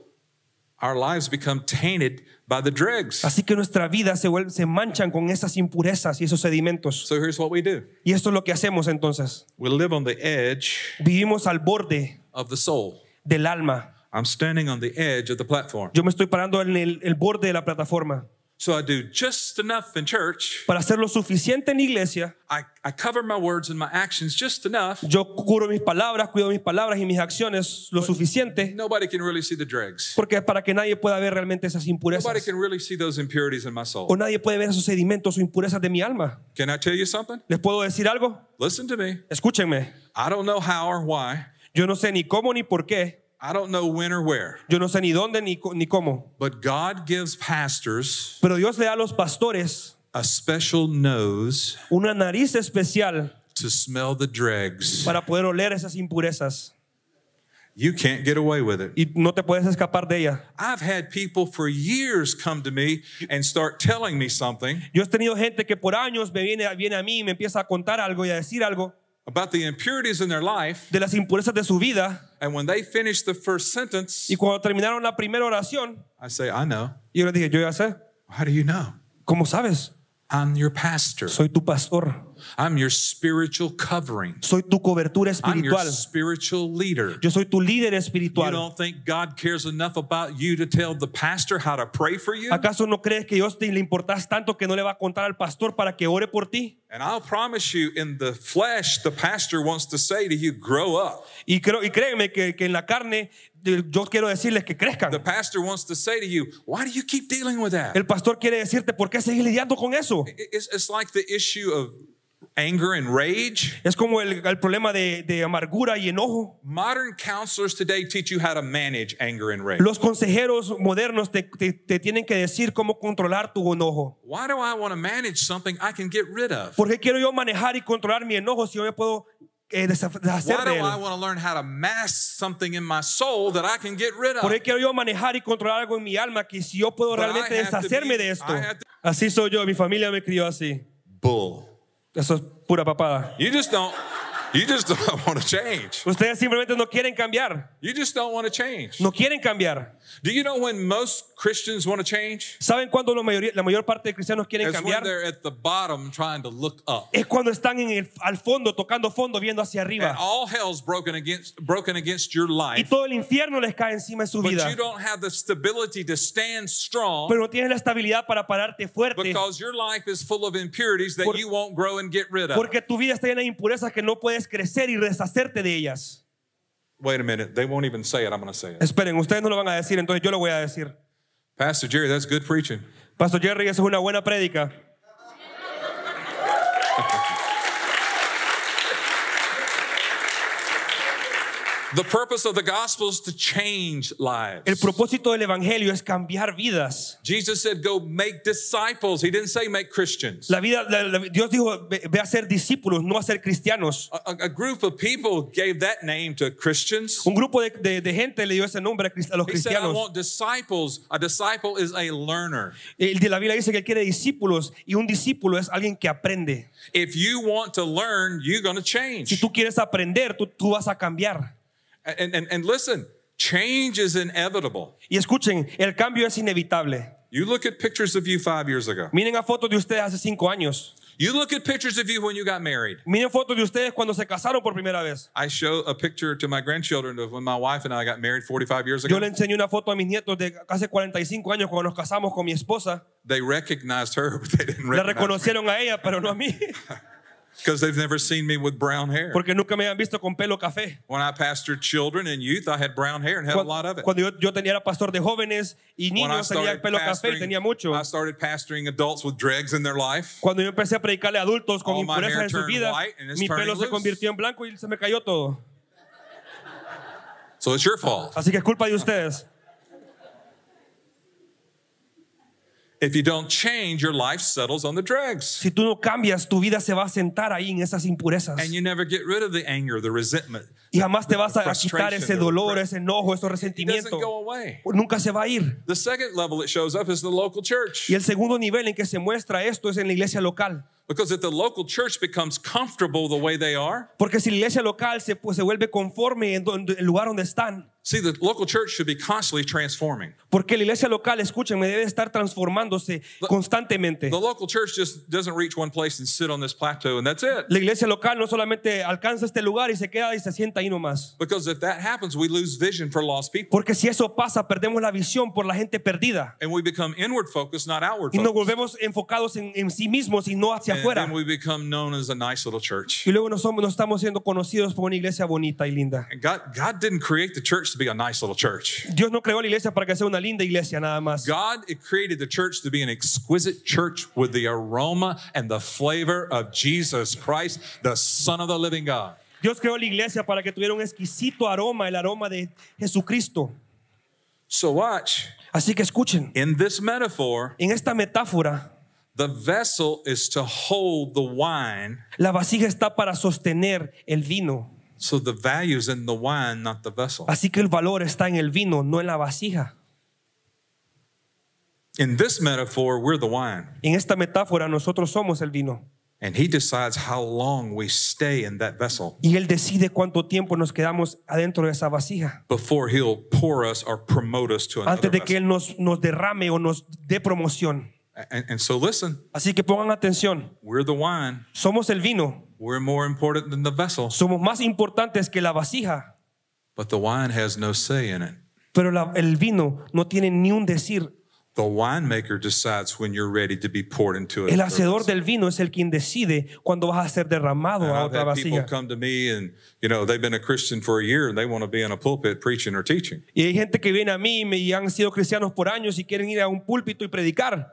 S1: our lives become tainted by the dregs.
S2: Así que nuestra vida se, vuelve, se manchan con esas impurezas y esos sedimentos.
S1: So here's what we do
S2: Y esto es lo que hacemos entonces.
S1: we live on the edge
S2: Vivimos al borde
S1: of the soul.
S2: del alma.
S1: I'm standing on the edge of the platform.
S2: Yo me estoy parando en el, el borde de la plataforma.
S1: So I do just enough in church.
S2: Para hacer lo suficiente en la iglesia,
S1: I, I cover my words and my actions just enough.
S2: yo curo mis palabras, cuido mis palabras y mis acciones lo suficiente.
S1: Nobody can really see the dregs.
S2: Porque para que nadie pueda ver realmente esas
S1: Nobody
S2: impurezas.
S1: can really see those impurities in my
S2: O
S1: soul.
S2: nadie puede ver esos sedimentos o impurezas de mi alma.
S1: Can I tell you something?
S2: ¿Les puedo decir algo?
S1: Listen to me.
S2: Escúchenme.
S1: I don't know how or why.
S2: Yo no sé ni cómo ni por qué.
S1: I don't know when or where.
S2: Yo no sé ni dónde ni, co- ni cómo.
S1: But God gives pastors
S2: Pero Dios le da a los pastores
S1: a special nose
S2: una nariz especial
S1: to smell the dregs.
S2: para poder oler esas impurezas.
S1: You can't get away with it.
S2: Y no te puedes escapar de ella.
S1: I've had people for years come to me and start telling me something
S2: Yo he tenido gente que por años me viene, viene a mí y me empieza a contar algo y a decir algo
S1: about the impurities in their life,
S2: de las impurezas de su vida.
S1: And when they finish the first sentence,
S2: Y cuando terminaron la primera oración,
S1: I say, I know.
S2: yo les dije, yo ya sé,
S1: How do you know?
S2: ¿cómo sabes?
S1: I'm your pastor.
S2: Soy tu pastor,
S1: I'm your spiritual covering.
S2: soy tu cobertura
S1: I'm your
S2: espiritual,
S1: spiritual leader.
S2: yo soy tu líder
S1: You
S2: espiritual.
S1: don't think God cares enough about you to tell the pastor how to pray for you?
S2: ¿Acaso no crees que Dios te le importás tanto que no le va a contar al pastor para que ore por ti?
S1: And I'll promise you, in the flesh, the pastor wants to say to you, grow up.
S2: Y, creo, y créanme que, que en la carne de- yo quiero decirles que
S1: The
S2: crezcan.
S1: pastor wants to say to you, why do you keep dealing with that?
S2: El pastor quiere decirte, ¿por qué seguir lidiando con eso?
S1: It's, it's like the issue of anger and rage.
S2: Es como el, el problema de, de amargura y enojo.
S1: Modern counselors today teach you how to manage anger and rage.
S2: Los consejeros modernos te, te- te tienen que decir cómo controlar tu enojo.
S1: Why do I want to manage something I can get rid of?
S2: ¿Por qué quiero yo manejar y controlar mi enojo si yo me puedo eh, desaf- deshacer
S1: Why do
S2: de él?
S1: I want to learn how to mask something in my soul that I can get rid
S2: ¿Por
S1: of?
S2: qué quiero yo manejar y controlar algo en mi alma que si yo puedo
S1: But I
S2: realmente
S1: have to
S2: deshacerme
S1: be-
S2: de esto?
S1: I have to-
S2: Así soy yo, mi familia me crió así.
S1: Bull.
S2: Eso es pura papada.
S1: You just don't. You just (laughs) don't want to change.
S2: Ustedes simplemente no quieren cambiar,
S1: You just don't want to change.
S2: no quieren cambiar.
S1: Do you know when most Christians want to change?
S2: ¿Saben cuándo la mayoría- la mayor parte de cristianos quieren
S1: It's when
S2: cambiar?
S1: they're at the bottom trying to look up.
S2: Es cuando están en el, al fondo, tocando fondo, viendo hacia
S1: And
S2: arriba.
S1: all hell's broken against broken against your
S2: Y
S1: life.
S2: todo el infierno les cae encima en su
S1: But
S2: vida.
S1: you don't have the stability to stand strong
S2: Pero no tienes la estabilidad para pararte fuerte.
S1: because your life is full of impurities that
S2: Por-
S1: you won't grow and get rid of.
S2: Porque tu vida está llena de impurezas que no puedes crecer y deshacerte de ellas.
S1: Wait a minute. They won't even say it. I'm going to say it.
S2: Esperen, ustedes no lo van a decir, entonces yo lo voy a decir.
S1: Pastor Jerry, that's good preaching.
S2: Pastor Jerry, eso es una buena prédica.
S1: The purpose of the gospel is to change
S2: El
S1: lives.
S2: propósito del Evangelio es cambiar vidas.
S1: Jesus said, Go make disciples. He didn't say make Christians.
S2: La vida, la- la- Dios dijo, ve, ve a ser discípulos, no a ser cristianos.
S1: A, a- a group of people gave that name to Christians.
S2: Un grupo de, de- de gente le dio ese nombre a, crist- a los
S1: He said, I
S2: cristianos.
S1: want disciples. A disciple is a learner.
S2: El de la Biblia dice que él quiere discípulos y un discípulo es alguien que aprende.
S1: If you want to learn, you're going to
S2: Si
S1: change.
S2: tú quieres aprender, tú, tú vas a cambiar.
S1: And, and, and listen, change is inevitable.
S2: Y escuchen, el cambio es inevitable.
S1: You look at pictures of you five years ago.
S2: Miren a fotos de ustedes hace cinco años.
S1: You look at pictures of you when you got married.
S2: Miren fotos de ustedes cuando se casaron por primera vez.
S1: I show a picture to my grandchildren of when my wife and I got married 45 years
S2: Yo le
S1: ago.
S2: enseñé una foto a mis nietos de hace 45 años cuando nos casamos con mi esposa.
S1: They recognized her, (laughs) but they didn't
S2: La
S1: recognize
S2: reconocieron a ella, pero no
S1: (laughs)
S2: a mí,
S1: because they've never seen me with brown hair.
S2: porque nunca me habían visto con pelo café.
S1: When I pastored children and youth, I had brown hair and had a lot of
S2: Cuando,
S1: it.
S2: cuando yo, yo tenía era pastor de jóvenes y
S1: When I
S2: niños tenía el
S1: started
S2: pelo café y tenía mucho.
S1: pastoring, I started pastoring adults with dregs in their life.
S2: Cuando yo empecé a predicarle a adultos con
S1: All my
S2: impurezas
S1: hair
S2: en su
S1: turned
S2: vida,
S1: white and it's
S2: mi pelo
S1: turning
S2: se
S1: loose.
S2: convirtió en blanco y se me cayó todo.
S1: So it's your fault.
S2: Así que es culpa de ustedes.
S1: If you don't change, your life settles on the dregs.
S2: Si tú no cambias, tu vida se va a sentar ahí en esas impurezas.
S1: And you never get rid of the anger, the resentment.
S2: Y jamás te vas a
S1: frustration,
S2: quitar ese
S1: the
S2: dolor,
S1: regret.
S2: ese enojo, ese
S1: It doesn't
S2: resentimiento.
S1: go away.
S2: Nunca se va a ir.
S1: The second level it shows up is the local church.
S2: Y el segundo nivel en que se muestra esto es en la iglesia local.
S1: Because if the local church becomes comfortable the way they are,
S2: Porque si la iglesia local se, pues, se vuelve conforme en donde- el lugar donde están,
S1: see, the local church should be constantly transforming.
S2: porque la iglesia local, escúchenme, debe estar transformándose constantemente.
S1: The local church just doesn't reach one place and sit on this plateau and that's it.
S2: La iglesia local no solamente alcanza este lugar y se queda y se sienta ahí nomás.
S1: Because if that happens, we lose vision for lost people
S2: Porque si eso pasa, perdemos la visión por la gente perdida.
S1: and we become inward focused, not outward
S2: Y nos
S1: focused.
S2: volvemos enfocados en, en sí mismos y no hacia
S1: And
S2: afuera.
S1: then we become known as a nice little church.
S2: Y luego no, somos, no estamos siendo conocidos por una iglesia bonita y linda.
S1: And God, God didn't create the church to be a nice little church.
S2: Dios no creó la iglesia para que sea una linda iglesia nada más.
S1: God created the church to be an exquisite church with the aroma and the flavor of Jesus Christ, the Son of the living God.
S2: Dios creó la iglesia para que tuviera un exquisito aroma, el aroma de Jesucristo.
S1: So, watch.
S2: Así que escuchen,
S1: In this metaphor,
S2: en esta metáfora,
S1: the vessel is to hold the wine.
S2: la vasija está para sostener el vino.
S1: So, the value is in the wine, not the vessel.
S2: Así que el valor está en el vino, no en la vasija.
S1: In this metaphor, we're the wine.
S2: En esta metáfora nosotros somos el vino.
S1: And he decides how long we stay in that vessel
S2: Y Él decide cuánto tiempo nos quedamos adentro de esa vasija.
S1: before he'll pour us or promote us to another
S2: Antes de que
S1: vessel.
S2: Él nos, nos derrame o nos dé promoción.
S1: And, and so listen,
S2: Así que pongan atención.
S1: we're the wine.
S2: Somos el vino.
S1: We're more important than the vessel,
S2: Somos más importantes que la vasija.
S1: but the wine has no say in it.
S2: Pero la- el vino no tiene ni un decir.
S1: The winemaker decides when you're ready to be poured into
S2: El
S1: another
S2: hacedor
S1: vessel.
S2: del vino es el quien decide cuándo vas a ser derramado
S1: And
S2: a
S1: I've
S2: otra
S1: had people
S2: vasija.
S1: come to me and, you know, they've been a Christian for a year and they want to be in a pulpit preaching or teaching.
S2: Y hay gente que viene a mí y me- y han sido cristianos por años y quieren ir a un púlpito y predicar.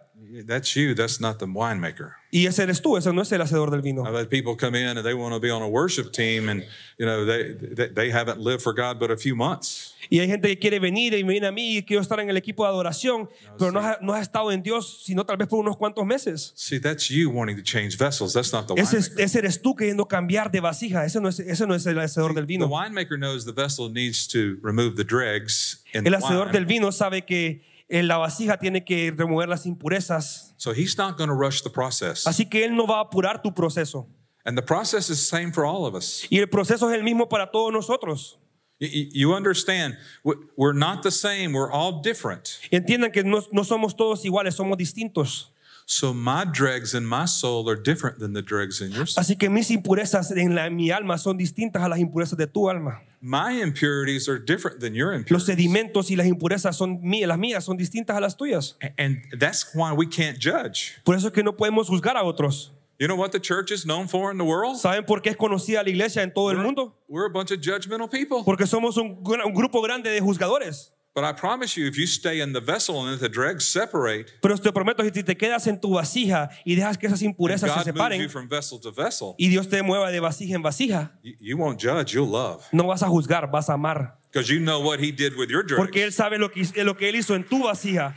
S1: That's you. That's not the winemaker.
S2: Y ese eres tú, ese no es el hacedor del
S1: I've
S2: vino.
S1: had people come in and they want to be on a worship team and, you know, they, they, they haven't lived for God but a few months.
S2: Y hay gente que quiere venir y me viene a mí y quiero estar en el equipo de adoración, pero no has, no has estado en Dios sino tal vez por unos cuantos meses.
S1: See, that's you wanting to change vessels. That's not the
S2: Ese,
S1: winemaker.
S2: es- ese eres tú queriendo cambiar de vasija. Ese no es, ese no es el hacedor del
S1: The
S2: vino.
S1: winemaker knows the vessel needs to remove the dregs in
S2: El
S1: the
S2: hacedor
S1: wine.
S2: del vino sabe que eh, la vasija tiene que remover las impurezas.
S1: So he's not going to rush the process.
S2: Así que Él no va a apurar tu proceso.
S1: And the process is the same for all of us.
S2: Y el proceso es el mismo para todos nosotros.
S1: Y- y- You understand, we- we're not the same. We're all different.
S2: Entiendan que no, no somos todos iguales, somos distintos.
S1: So my dregs in my soul are different than the dregs in your soul.
S2: Así que mis impurezas en, la- en mi alma son distintas a las impurezas de tu alma.
S1: My impurities are different than your
S2: Los
S1: impurities.
S2: sedimentos y las impurezas son mías, las mías son distintas a las tuyas.
S1: A- And that's why we can't judge.
S2: Por eso es que no podemos juzgar a otros.
S1: You know what the church is known for in the world?
S2: ¿Saben por qué es conocida la iglesia en todo el mundo?
S1: We're a bunch of judgmental people.
S2: Porque somos un, gr- un grupo grande de juzgadores.
S1: But I promise you, if you stay in the vessel and if the dregs separate,
S2: Pero te prometo, si te quedas en tu vasija y dejas que esas impurezas se
S1: God moves you
S2: separen
S1: from vessel to vessel.
S2: y Dios te mueva de vasija en vasija,
S1: You, you won't judge, you'll love.
S2: no vas a juzgar, vas a amar.
S1: Because you know what he did with your dregs.
S2: Porque Él sabe lo que, lo que Él hizo en tu vasija.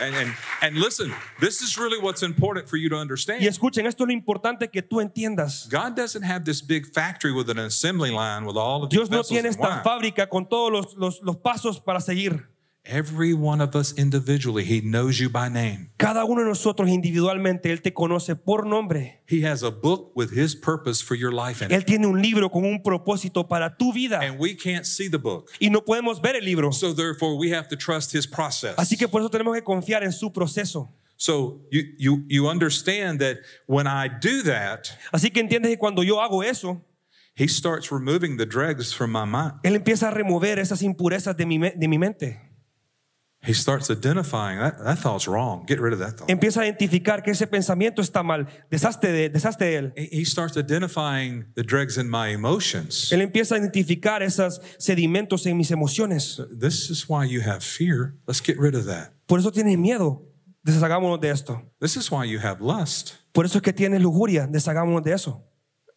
S1: And, and, and listen, this is really what's important for you to understand.
S2: Y escuchen, esto es lo importante que tú entiendas.
S1: God doesn't have this big factory with an assembly line with all of these
S2: Dios no
S1: vessels
S2: tiene
S1: and
S2: esta
S1: wine.
S2: fábrica con todos los, los- los pasos para seguir.
S1: Every one of us individually, He knows you by name.
S2: Cada uno de nosotros individualmente, Él te conoce por nombre.
S1: He has a book with His purpose for your life in it.
S2: Él tiene un libro con un propósito para tu vida.
S1: And we can't see the book.
S2: Y no podemos ver el libro.
S1: So, therefore, we have to trust His process.
S2: Así que por eso tenemos que confiar en su proceso.
S1: So, you, you, you understand that when I do that,
S2: Así que entiendes que cuando yo hago eso,
S1: He starts removing the dregs from my mind.
S2: Él empieza a remover esas impurezas de mi, me- de mi mente.
S1: He starts identifying that, that thought's wrong. Get rid of that thought.
S2: Empieza a identificar que ese pensamiento está mal. Deshazte de, deshazte de él.
S1: He he starts identifying the dregs in my emotions.
S2: Él empieza a identificar esos sedimentos en mis emociones.
S1: This is why you have fear. Let's get rid of that.
S2: Por eso tienes miedo. Deshagámonos de esto.
S1: This is why you have lust.
S2: Por eso es que tienes lujuria. Deshagámonos de eso.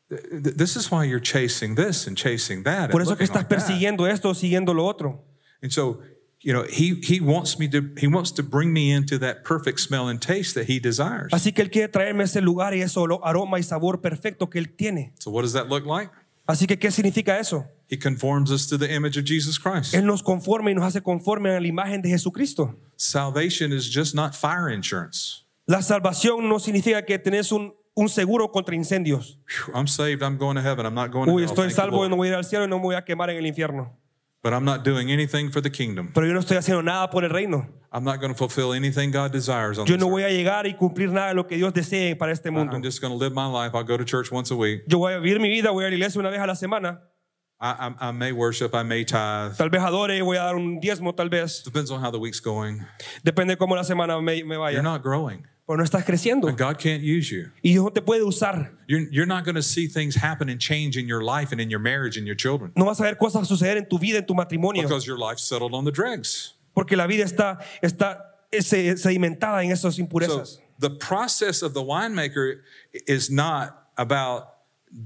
S1: Th- th- This is why you're chasing this and chasing that. and
S2: Por eso es que
S1: looking like
S2: estás
S1: that.
S2: persiguiendo esto o siguiendo lo otro.
S1: And so, you know, he he wants me to he wants to bring me into that perfect smell and taste that he desires.
S2: Así que Él quiere traerme a ese lugar y ese olor- aroma y sabor perfecto que Él tiene.
S1: So what does that look like?
S2: Así que, ¿qué significa eso?
S1: He conforms us to the image of Jesus Christ.
S2: Él nos conforma y nos hace conforme a la imagen de Jesucristo.
S1: Salvation is just not fire insurance.
S2: La salvación no significa que tenés un, un seguro contra incendios.
S1: Phew, I'm saved. I'm going to heaven. I'm not going to
S2: Uy,
S1: hell.
S2: estoy
S1: Thank you,
S2: salvo
S1: Lord.
S2: y no voy a ir al cielo y no me voy a quemar en el infierno.
S1: But I'm not doing anything for the kingdom.
S2: Pero yo no estoy haciendo nada por el reino.
S1: I'm not going to fulfill anything God desires on
S2: Yo
S1: this
S2: no
S1: earth.
S2: voy a llegar y cumplir nada de lo que Dios desee para este mundo.
S1: I'm just going to live my life. I'll go to church once a week.
S2: Yo voy a vivir mi vida, voy a la iglesia una vez a la semana,
S1: I, I, I may worship. I may tithe.
S2: tal vez adore, voy a dar un diezmo tal vez,
S1: Depends on how the week's going.
S2: depende de cómo la semana me, me
S1: You're
S2: vaya.
S1: not growing.
S2: Pero no estás creciendo
S1: God can't use you.
S2: y Dios no te puede usar.
S1: You're, you're not going to see things happen and change in your life and in your marriage and your children
S2: No vas a ver cosas suceder en tu vida, en tu matrimonio,
S1: because your life's settled on the dregs.
S2: porque la vida está, está eh, se- sedimentada en esas
S1: So
S2: impurezas.
S1: the process of the winemaker is not about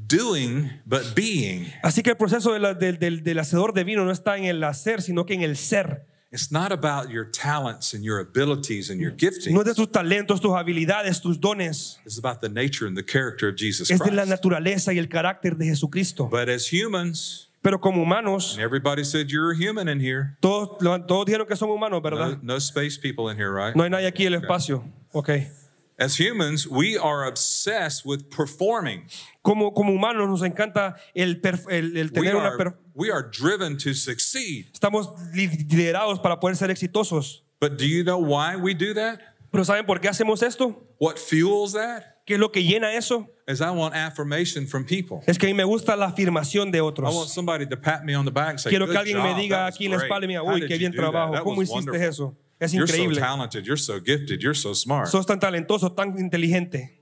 S1: doing, but being.
S2: Así que el proceso de la- del, del- del hacedor de vino no está en el hacer, sino que en el ser.
S1: It's not about your talents and your abilities and your gifting.
S2: No es de tus talentos, tus habilidades, tus dones.
S1: It's about the nature and the character of Jesus
S2: Es de la
S1: Christ.
S2: naturaleza y el carácter de Jesucristo.
S1: But as humans,
S2: Pero como humanos,
S1: and everybody said you're a human in here.
S2: todos, todos dijeron que son humanos, ¿verdad?
S1: No, no space people in here, right?
S2: No hay nadie aquí en el espacio. Ok.
S1: As humans, we are obsessed with performing.
S2: Como, como humanos nos encanta el, perf- el- el
S1: We
S2: tener una... per-
S1: are, we are driven to succeed.
S2: Estamos liderados para poder ser exitosos.
S1: But do you know why we do that?
S2: Pero ¿saben por qué hacemos esto?
S1: What fuels that?
S2: ¿Qué es lo que llena eso?
S1: Is I want affirmation from people.
S2: Es que a mí me gusta la afirmación de
S1: I want
S2: otros.
S1: somebody to pat me on the back and say,
S2: Quiero que
S1: "Good
S2: alguien me
S1: job,
S2: diga
S1: that was
S2: aquí en la
S1: great.
S2: espalda, mira,
S1: How
S2: uy,
S1: did
S2: qué
S1: you
S2: bien
S1: do that?
S2: trabajo.
S1: That
S2: ¿Cómo
S1: was
S2: hiciste
S1: wonderful.
S2: eso? Es
S1: You're so
S2: increíble.
S1: talented. You're so gifted. You're so smart.
S2: Sos tan talentoso, tan inteligente.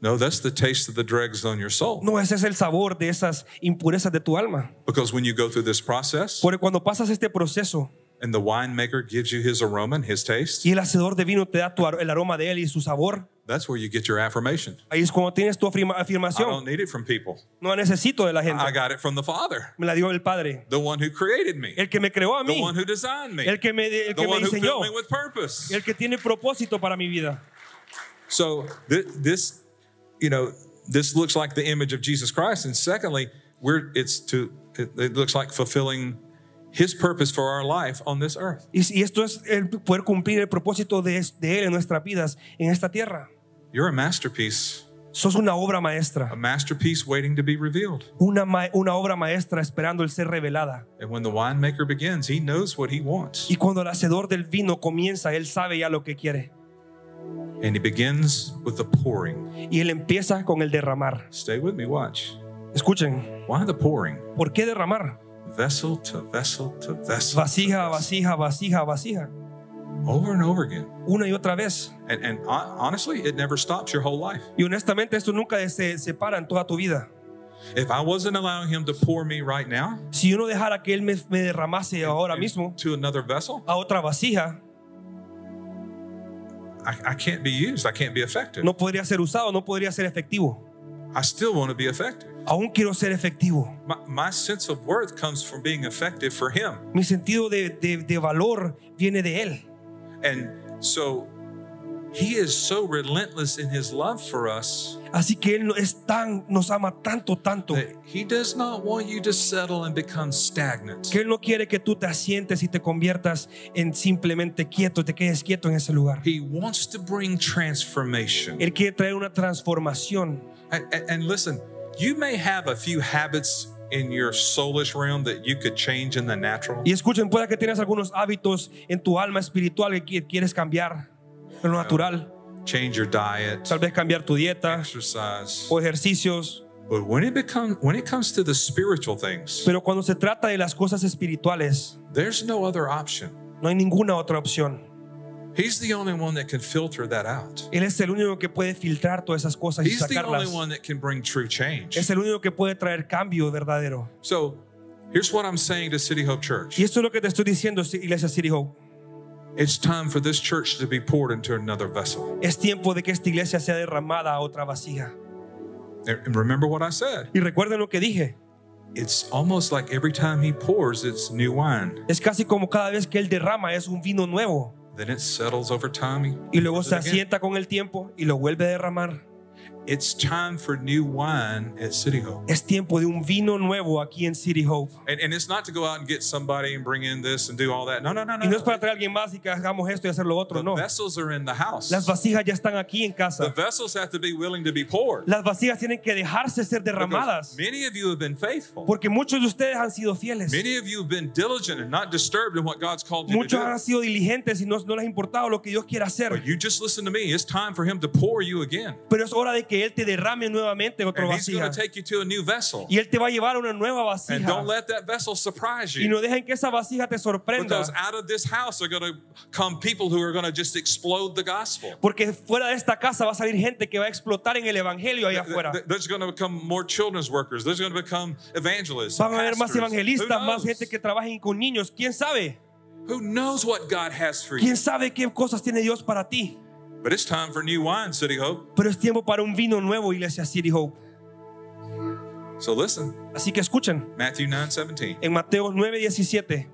S1: no, that's the taste of the dregs on your soul.
S2: No, ese es el sabor de esas impurezas de tu alma.
S1: Because when you go through this process
S2: Porque cuando pasas este proceso
S1: and the winemaker gives you his aroma and his taste,
S2: y el hacedor de vino te da tu ar- el aroma de él y su sabor,
S1: that's where you get your affirmation.
S2: ahí es cuando tienes tu afirma-
S1: I don't
S2: afirmación.
S1: need it from people.
S2: No la necesito de la gente.
S1: I got it from the Father,
S2: Me la dio el Padre.
S1: the one who created me,
S2: El que me creó a
S1: the
S2: mí.
S1: one who designed me,
S2: El que me,
S1: the
S2: el que me
S1: one who
S2: diseñó.
S1: filled me with purpose.
S2: El que tiene propósito para mi vida.
S1: So th- this, you know, this looks like the image of Jesus Christ, and secondly, we're it's to it, it looks like fulfilling His purpose for our life on this earth.
S2: Y, y esto es el poder cumplir el propósito de, de Él en nuestras vidas, en esta tierra.
S1: You're a masterpiece,
S2: Sos una obra
S1: a
S2: maestra,
S1: masterpiece waiting to be revealed.
S2: una, ma- una obra maestra esperando el ser revelada.
S1: And when the winemaker begins, he knows what he wants,
S2: Y cuando el hacedor del vino comienza, Él sabe ya lo que quiere.
S1: and he begins with the pouring.
S2: Y Él empieza con el derramar.
S1: Stay with me, watch.
S2: Escuchen,
S1: Why the pouring?
S2: ¿por qué derramar?
S1: Vessel to vessel to vessel.
S2: Vasija,
S1: to vessel.
S2: vasija, vasija, vasija.
S1: Over and over again.
S2: Una y otra vez.
S1: And, and hon- honestly, it never stops your whole life.
S2: Y honestamente esto nunca se separa en toda tu vida.
S1: If I wasn't allowing him to pour me right now,
S2: Si yo no dejara que Él me, me derramase ahora mismo
S1: to another vessel,
S2: a otra vasija,
S1: I, I can't be used. I can't be effective.
S2: no podría ser usado, no podría ser efectivo.
S1: I still want to be effective.
S2: Aún quiero ser efectivo.
S1: My, my sense of worth comes from being effective for Him.
S2: Mi sentido de, de- de valor viene de Él.
S1: And so He is so relentless in His love for us
S2: Así que Él no- es tan, nos ama tanto, tanto,
S1: that He does not want you to settle and become stagnant.
S2: que Él no quiere que tú te asientes y te conviertas en simplemente quieto, te quedes quieto en ese lugar.
S1: He wants to bring transformation.
S2: Él quiere traer una transformación.
S1: And, and- and listen, you may have a few habits in your soulish realm that you could change in the natural.
S2: Y escuchen, pueda que tienes algunos hábitos en tu alma espiritual que qui- quieres cambiar en lo natural.
S1: Change your diet,
S2: Tal vez cambiar tu dieta
S1: exercise.
S2: o ejercicios.
S1: But when it becomes when it comes to the spiritual things,
S2: Pero cuando se trata de las cosas espirituales,
S1: there's no other option.
S2: no hay ninguna otra opción.
S1: He's the only one that can filter that out.
S2: Él es el único que puede filtrar todas esas cosas y
S1: He's the only
S2: sacarlas.
S1: one that can bring true change.
S2: Es el único que puede traer cambio verdadero.
S1: So here's what I'm saying to City Hope Church.
S2: Y esto es lo que te estoy diciendo, Iglesia City Hope.
S1: It's time for this church to be poured into another vessel.
S2: Es tiempo de que esta iglesia sea derramada a otra vasija.
S1: And and remember what I said.
S2: Y recuerden lo que dije.
S1: It's almost like every time he pours, it's new wine.
S2: Es casi como cada vez que él derrama es un vino nuevo.
S1: Then it settles over time.
S2: Y luego
S1: Does
S2: se
S1: it again.
S2: asienta con el tiempo y lo vuelve a derramar.
S1: It's time for new wine at City Hope.
S2: Es tiempo de un vino nuevo aquí en City Hope.
S1: And, and it's not to go out and get somebody and bring in this and do all that. No, no, no, no.
S2: Y no es
S1: no.
S2: para traer a alguien más y que hagamos esto y hacer lo otro,
S1: The
S2: no.
S1: vessels are in the house.
S2: Las vasijas ya están aquí en
S1: the
S2: casa.
S1: vessels have to be willing to be poured.
S2: Las vasijas tienen que dejarse ser
S1: Because
S2: derramadas.
S1: Many of you have been faithful.
S2: Porque muchos de ustedes han sido fieles.
S1: Many of you have been diligent and not disturbed in what God's called you
S2: Muchos
S1: to
S2: han
S1: do.
S2: sido diligentes y no, no les ha importado lo que Dios quiera
S1: But
S2: hacer.
S1: you just listen to me. It's time for Him to pour you again.
S2: Pero es hora de que Él te derrame nuevamente en otra
S1: And He's
S2: vasija.
S1: going to take you to a new vessel.
S2: Y Él te va a llevar a una nueva
S1: And
S2: vasija.
S1: don't let that vessel surprise
S2: Y
S1: you.
S2: no dejen que esa vasija te sorprenda.
S1: Because out of this house are going to come people who are going to just explode the gospel.
S2: Porque fuera de esta casa va a salir gente que va a explotar en el evangelio allá afuera.
S1: Th- There's going to become more children's workers. There's going to become evangelists.
S2: Van a haber más
S1: pastors. Who
S2: evangelistas, más
S1: knows?
S2: gente que trabajen con niños. ¿Quién sabe?
S1: Who knows what God has for you?
S2: ¿Quién sabe qué cosas tiene Dios para ti?
S1: But it's time for new wine, City Hope.
S2: Pero es tiempo para un vino nuevo, Iglesia City Hope.
S1: So listen,
S2: Así que escuchen,
S1: Matthew 9 17.
S2: en Mateo 9, 17.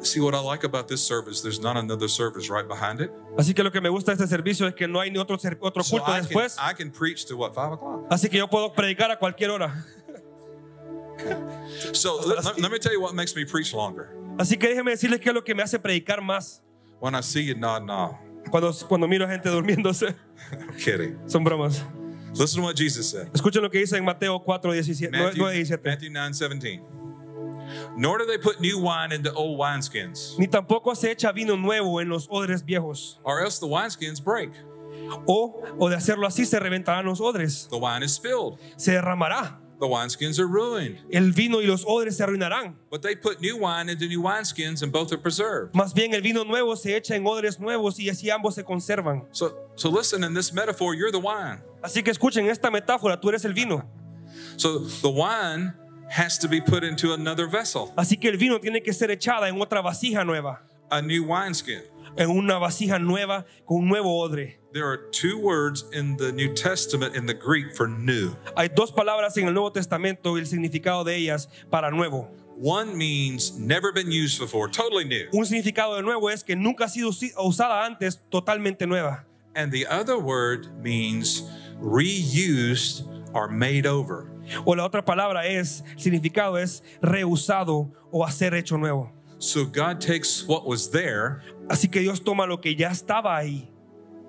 S1: See what I like about this service? There's not another service right behind it.
S2: Así que lo que me gusta de este servicio es que no hay ni otro, ser- otro
S1: So
S2: culto
S1: I can,
S2: después.
S1: I can preach to what, 5 o'clock?
S2: Así que yo puedo predicar a cualquier hora.
S1: So let, let- let me tell you what makes me preach longer.
S2: Así que déjenme decirles qué es lo que me hace predicar más.
S1: When I see you nodding off,
S2: Cuando, cuando miro a gente durmiéndose,
S1: (laughs)
S2: (laughs)
S1: I'm kidding.
S2: son bromas.
S1: Listen to what Jesus said.
S2: Escuchen lo que dice en Mateo 4, 17,
S1: Matthew,
S2: 9, 17.
S1: Matthew 9 17. Nor do they put new wine into old wineskins,
S2: Ni tampoco se echa vino nuevo en los odres viejos.
S1: or else the wineskins break.
S2: O, o de hacerlo así se reventarán los odres.
S1: The wine is spilled,
S2: Se derramará.
S1: the wineskins are ruined.
S2: El vino y los odres se arruinarán.
S1: But they put new wine into new wineskins, and both are preserved.
S2: Más bien el vino nuevo se echa en odres nuevos y así ambos se conservan.
S1: So, so listen, in this metaphor, you're the wine.
S2: Así que escuchen esta metáfora, tú eres el vino.
S1: So the wine has to be put into another vessel,
S2: Así que el vino tiene que ser echada en otra vasija nueva,
S1: a new wineskin.
S2: en una vasija nueva con un nuevo odre.
S1: There are two words in the New Testament in the Greek for new.
S2: Hay dos palabras en el Nuevo Testamento y el significado de ellas para nuevo.
S1: One means never been used before, totally new.
S2: Un significado de nuevo es que nunca ha sido usi- usada antes, totalmente nueva.
S1: And the other word means reused or made over.
S2: O la otra palabra es, significado es reusado o hacer hecho nuevo.
S1: So God takes what was there
S2: Así que Dios toma lo que ya estaba ahí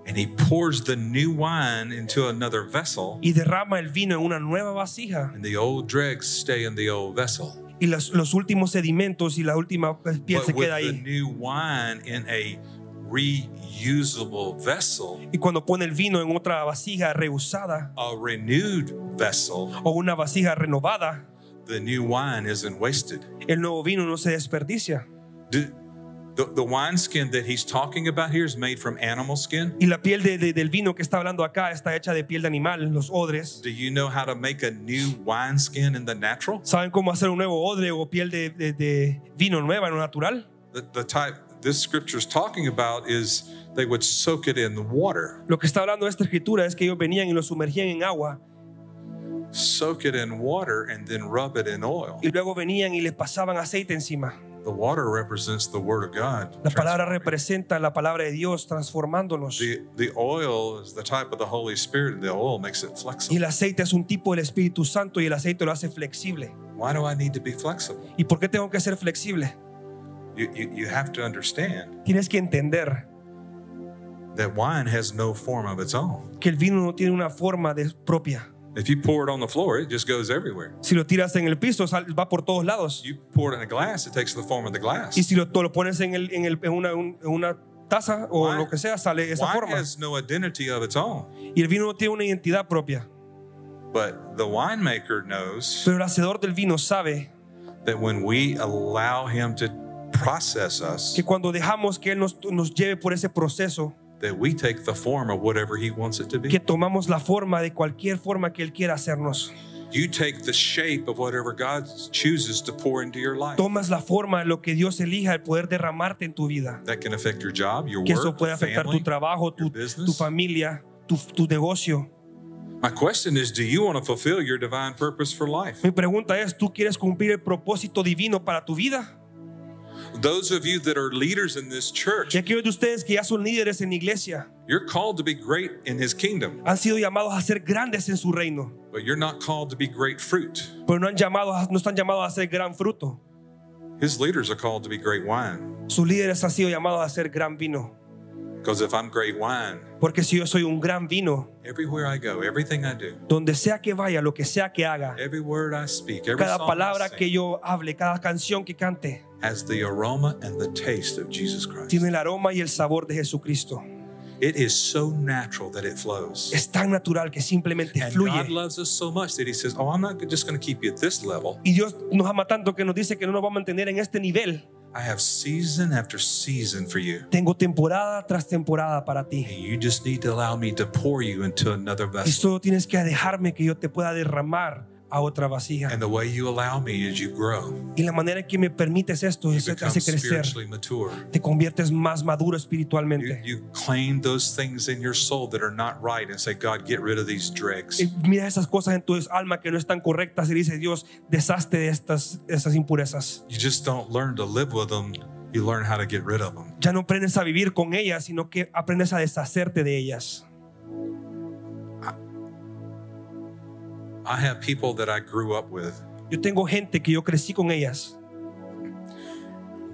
S1: and he pours the new wine into another vessel,
S2: y derrama el vino en una nueva vasija.
S1: and the old dregs stay in the old vessel.
S2: y los, los últimos sedimentos y la última piel
S1: But
S2: se
S1: with
S2: queda
S1: the
S2: ahí.
S1: new wine in a reusable vessel,
S2: Y cuando pone el vino en otra vasija reusada
S1: a renewed vessel,
S2: o una vasija renovada,
S1: the new wine isn't wasted.
S2: el nuevo vino no se desperdicia.
S1: Do- the, the wineskin that he's talking about here is made from animal skin.
S2: Y la piel de- de- del vino que está hablando acá está hecha de piel de animal, los odres.
S1: Do you know how to make a new wineskin in the natural?
S2: ¿Saben cómo hacer un nuevo odre o piel de, de- de vino nueva, no natural?
S1: The, the type this scripture's talking about is they would soak it in the water,
S2: Lo que está hablando esta escritura es que ellos venían y lo sumergían en agua
S1: soak it in water, and then rub it in oil.
S2: y luego venían y les pasaban aceite encima.
S1: The water represents the Word of God.
S2: La palabra representa la palabra de Dios transformándonos.
S1: The, the oil is the type of the Holy Spirit, and the oil makes it
S2: Y
S1: flexible.
S2: el aceite es un tipo del Espíritu Santo y el aceite lo hace flexible.
S1: Why do I need to be flexible?
S2: ¿Y por qué tengo que ser flexible?
S1: You, you, you have to understand
S2: Tienes que entender
S1: that wine has no form of its own.
S2: que el vino no tiene una forma de- propia.
S1: If you pour it on the floor, it just goes everywhere.
S2: Si lo tiras en el piso, sal- va por todos lados.
S1: You pour it in a glass, it takes the form of the
S2: Y
S1: glass.
S2: si lo, to- lo pones en, el- en el- en una, un- en una taza o
S1: Wine-
S2: lo que sea, sale esa
S1: Wine
S2: forma.
S1: has no identity of its own,
S2: Y el vino no tiene una identidad propia.
S1: but the winemaker knows
S2: Pero el hacedor del vino sabe
S1: that when we allow him to process us,
S2: que cuando dejamos que Él nos, nos lleve por ese proceso,
S1: that we take the form of whatever he wants it to
S2: que
S1: be.
S2: tomamos la forma de cualquier forma que Él quiera hacernos.
S1: You take the shape of whatever God chooses to pour into your life.
S2: Tomas la forma, lo que Dios elija, el poder derramarte en tu vida.
S1: That can affect your job, your
S2: que
S1: work,
S2: eso puede
S1: your
S2: afectar
S1: family,
S2: tu trabajo, tu,
S1: your business.
S2: tu familia, tu, tu negocio.
S1: My question is, do you want to fulfill your divine purpose for life?
S2: Mi pregunta es, ¿tú quieres cumplir el propósito divino para tu vida?
S1: Those of you that are leaders in this church,
S2: Y aquellos de ustedes que ya son líderes en la iglesia
S1: you're called to be great in his kingdom,
S2: han sido llamados a ser grandes en su reino,
S1: but you're not called to be great fruit.
S2: pero no, han llamado a- no están llamados a ser gran fruto.
S1: His leaders are called to be great wine.
S2: Sus líderes han sido llamados a ser gran vino,
S1: Because if I'm great wine,
S2: porque si yo soy un gran vino,
S1: everywhere I go, everything I do,
S2: donde sea que vaya, lo que sea que haga,
S1: every word I speak, every
S2: cada
S1: song I
S2: palabra
S1: sing,
S2: que yo hable, cada canción que cante,
S1: has the aroma and the taste of Jesus Christ.
S2: tiene el aroma y el sabor de Jesucristo.
S1: It is so natural that it flows.
S2: Es tan natural que simplemente
S1: And
S2: fluye.
S1: God loves us so much that He says, Oh, I'm not just going to keep you at this level.
S2: Y Dios nos ama tanto que nos dice que no nos va a mantener en este nivel.
S1: I have season after season for you.
S2: Tengo temporada tras temporada para
S1: And
S2: ti.
S1: you just need to allow me to pour you into another
S2: Y
S1: vessel.
S2: solo tienes que dejarme que yo te pueda derramar a otra vasija.
S1: And the way you allow me is you grow,
S2: Y la manera en que me permites esto
S1: you
S2: es que te
S1: become
S2: hace crecer.
S1: spiritually mature.
S2: Te conviertes más
S1: You,
S2: maduro espiritualmente.
S1: you claim those things in your soul that are not right and say, God, get rid of these dregs.
S2: Y Mira esas cosas en tu alma que no están correctas y dice Dios, deshazte de estas esas impurezas.
S1: You just don't learn to live with them, you learn how to get rid of them.
S2: Ya no aprendes a vivir con ellas, sino que aprendes a deshacerte de ellas.
S1: I have people that I grew up with.
S2: Yo tengo gente que yo crecí con ellas.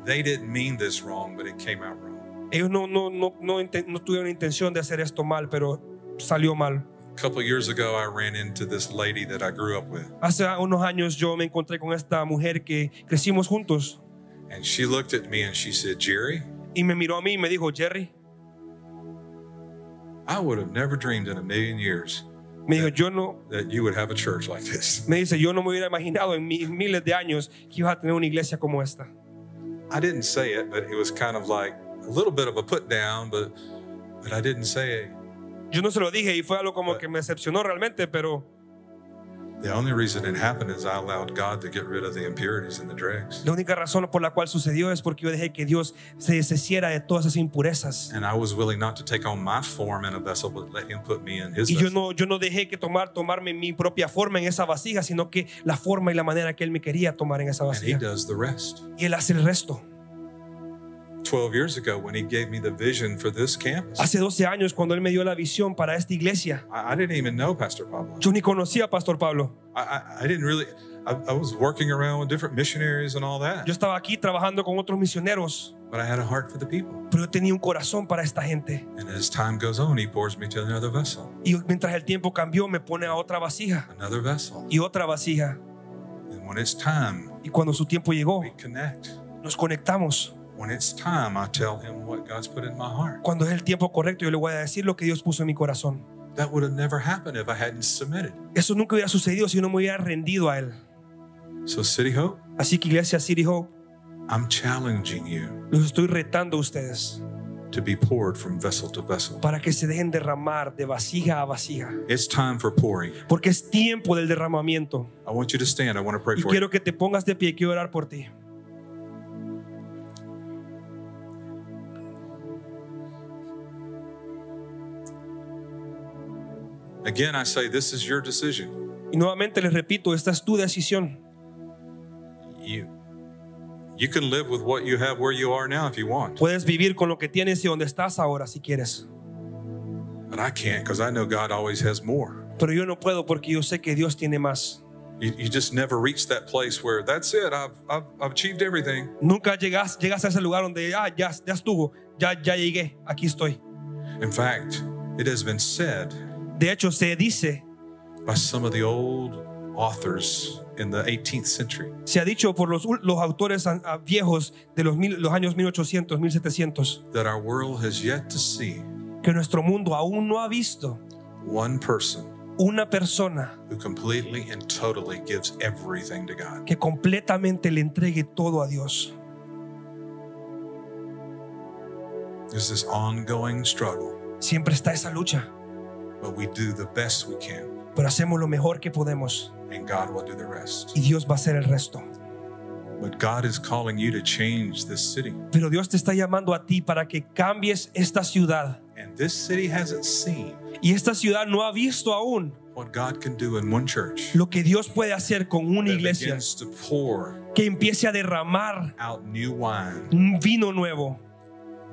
S1: They didn't mean this wrong, but it came out wrong.
S2: Ellos no, no, no, no, inten- no tuvieron intención de hacer esto mal, pero salió mal.
S1: A couple years ago, I ran into this lady that I grew up with,
S2: Hace unos años yo me encontré con esta mujer que crecimos juntos
S1: and she looked at me and she said, Jerry,
S2: y me miró a mí y me dijo, Jerry,
S1: I would have never dreamed in a million years
S2: me dijo, yo no,
S1: that you would have a church like this. (laughs)
S2: me dice, yo no me hubiera imaginado en mis miles de años que ibas a tener una iglesia como esta.
S1: I didn't say it, but it was kind of like a little bit of a put down, but but I didn't say it.
S2: Yo no se lo dije y fue algo como que me decepcionó realmente, pero
S1: The only reason it happened is I allowed God to get rid of the impurities and the dregs.
S2: la única razón por la cual sucedió es porque yo dejé que Dios se deshiciera de todas esas impurezas.
S1: And I was willing not to take on my form in a vessel, but let Him put me in His
S2: Y yo
S1: vessel.
S2: no, yo no dejé que tomar, tomarme mi propia forma en esa vasija, sino que la forma y la manera que Él me quería tomar en esa
S1: And He
S2: vasija.
S1: does the rest.
S2: Y Él hace el resto.
S1: 12 years ago, when He gave me the vision for this campus,
S2: Hace 12 años, cuando Él me dio la visión para esta iglesia,
S1: I, I didn't even know Pastor Pablo.
S2: yo ni conocía a Pastor Pablo.
S1: I, I, I didn't really, I, I was working around with different missionaries and all that,
S2: Yo estaba aquí trabajando con otros misioneros,
S1: but I had a heart for the people.
S2: pero yo tenía un corazón para esta gente.
S1: And as time goes on, He pours me to another vessel,
S2: Y mientras el tiempo cambió, me pone a otra vasija
S1: another vessel.
S2: y otra vasija.
S1: And when it's time,
S2: Y cuando su tiempo llegó,
S1: we connect.
S2: nos conectamos.
S1: When it's time, I tell Him what God's put in my heart.
S2: Cuando es el tiempo correcto, yo le voy a decir lo que Dios puso en mi corazón.
S1: That would have never happened if I hadn't submitted.
S2: Eso nunca hubiera sucedido si yo no me hubiera rendido a Él.
S1: So, City Hope,
S2: Así que Iglesia City Hope,
S1: I'm challenging you
S2: los estoy retando a ustedes
S1: to be poured from vessel to vessel.
S2: para que se dejen derramar de vasija a vasija.
S1: It's time for pouring.
S2: Porque es tiempo del derramamiento.
S1: I want you to stand. I want to pray
S2: Y
S1: for
S2: quiero que te pongas de pie y quiero orar por ti.
S1: you. Again, I say this is your decision.
S2: Y nuevamente les repito, esta es tu decisión.
S1: You you can live with what you have where you are now if you want.
S2: Puedes vivir con lo que tienes y donde estás ahora si quieres.
S1: But I can't because I know God always has more.
S2: Pero yo no puedo porque yo sé que Dios tiene más.
S1: You, you just never reach that place where that's it. I've, I've, I've achieved everything.
S2: Nunca llegas, llegas a ese lugar donde ah, ya, ya estuvo, ya, ya llegué, aquí estoy.
S1: In fact, it has been said
S2: De hecho, se dice,
S1: by some of the old authors in the 18th century.
S2: se ha dicho por los, ul- los autores an- a- viejos de los, mil- los años 1800, 1700,
S1: that our world has yet to see
S2: que nuestro mundo aún no ha visto
S1: one person
S2: una persona
S1: who completely and totally gives everything to God.
S2: que completamente le entregue todo a Dios.
S1: There's this ongoing struggle,
S2: Siempre está esa lucha,
S1: but we do the best we can,
S2: pero hacemos lo mejor que podemos
S1: and God will do the rest.
S2: y Dios va a hacer el resto.
S1: But God is calling you to change this city,
S2: Pero Dios te está llamando a ti para que cambies esta ciudad.
S1: and this city hasn't seen
S2: Y esta ciudad no ha visto aún
S1: what God can do in one church
S2: lo que Dios puede hacer con una
S1: that
S2: iglesia
S1: begins to pour
S2: que empiece a derramar
S1: out new wine.
S2: un vino nuevo. (laughs)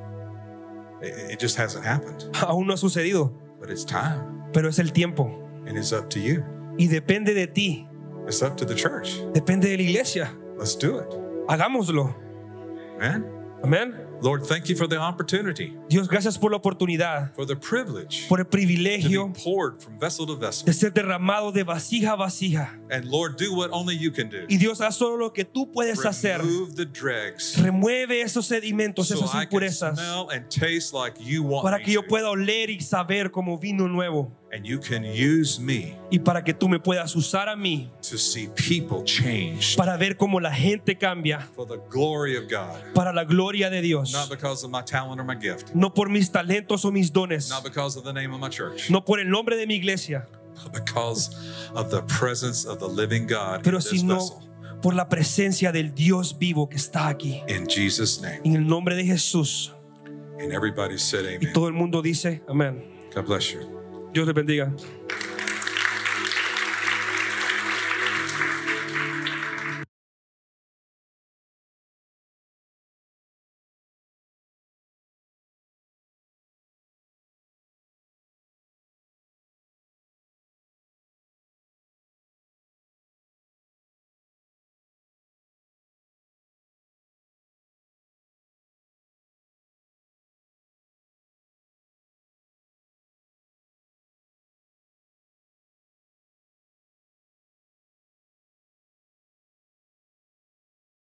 S1: It, it just hasn't happened,
S2: Aún no ha sucedido,
S1: but it's time,
S2: pero es el tiempo.
S1: and it's up to you.
S2: Y depende de ti,
S1: It's up to the church.
S2: depende de la iglesia.
S1: Let's do it,
S2: Hagámoslo.
S1: man.
S2: Amén.
S1: Lord, thank you for the opportunity.
S2: Dios, gracias por la oportunidad,
S1: for the privilege
S2: por el
S1: to be
S2: privilegio
S1: poured from vessel to vessel.
S2: de ser derramado de vasija a vasija.
S1: And Lord, do what only you can do.
S2: Y Dios, haz solo lo que tú puedes hacer.
S1: Remove the dregs
S2: Remueve esos sedimentos,
S1: so
S2: esas
S1: I can
S2: impurezas,
S1: smell and taste like you want
S2: para
S1: me
S2: que yo
S1: to.
S2: pueda oler y saber como vino nuevo.
S1: And you can use me
S2: Y para que tú me puedas usar a mí
S1: to see people changed
S2: para ver cómo la gente cambia
S1: for the glory of God.
S2: para la gloria de
S1: Not
S2: Dios.
S1: because of my talent or my gift,
S2: No por mis talentos o mis dones.
S1: not because of the name of my church,
S2: no por el nombre de mi iglesia,
S1: but because of the presence of the living God in
S2: pero
S1: this
S2: sino
S1: vessel.
S2: por la presencia del Dios vivo que está aquí.
S1: In Jesus' name.
S2: En el nombre de Jesús.
S1: And everybody said
S2: Y
S1: amen.
S2: todo el mundo dice, amén.
S1: God bless you.
S2: Dios le bendiga.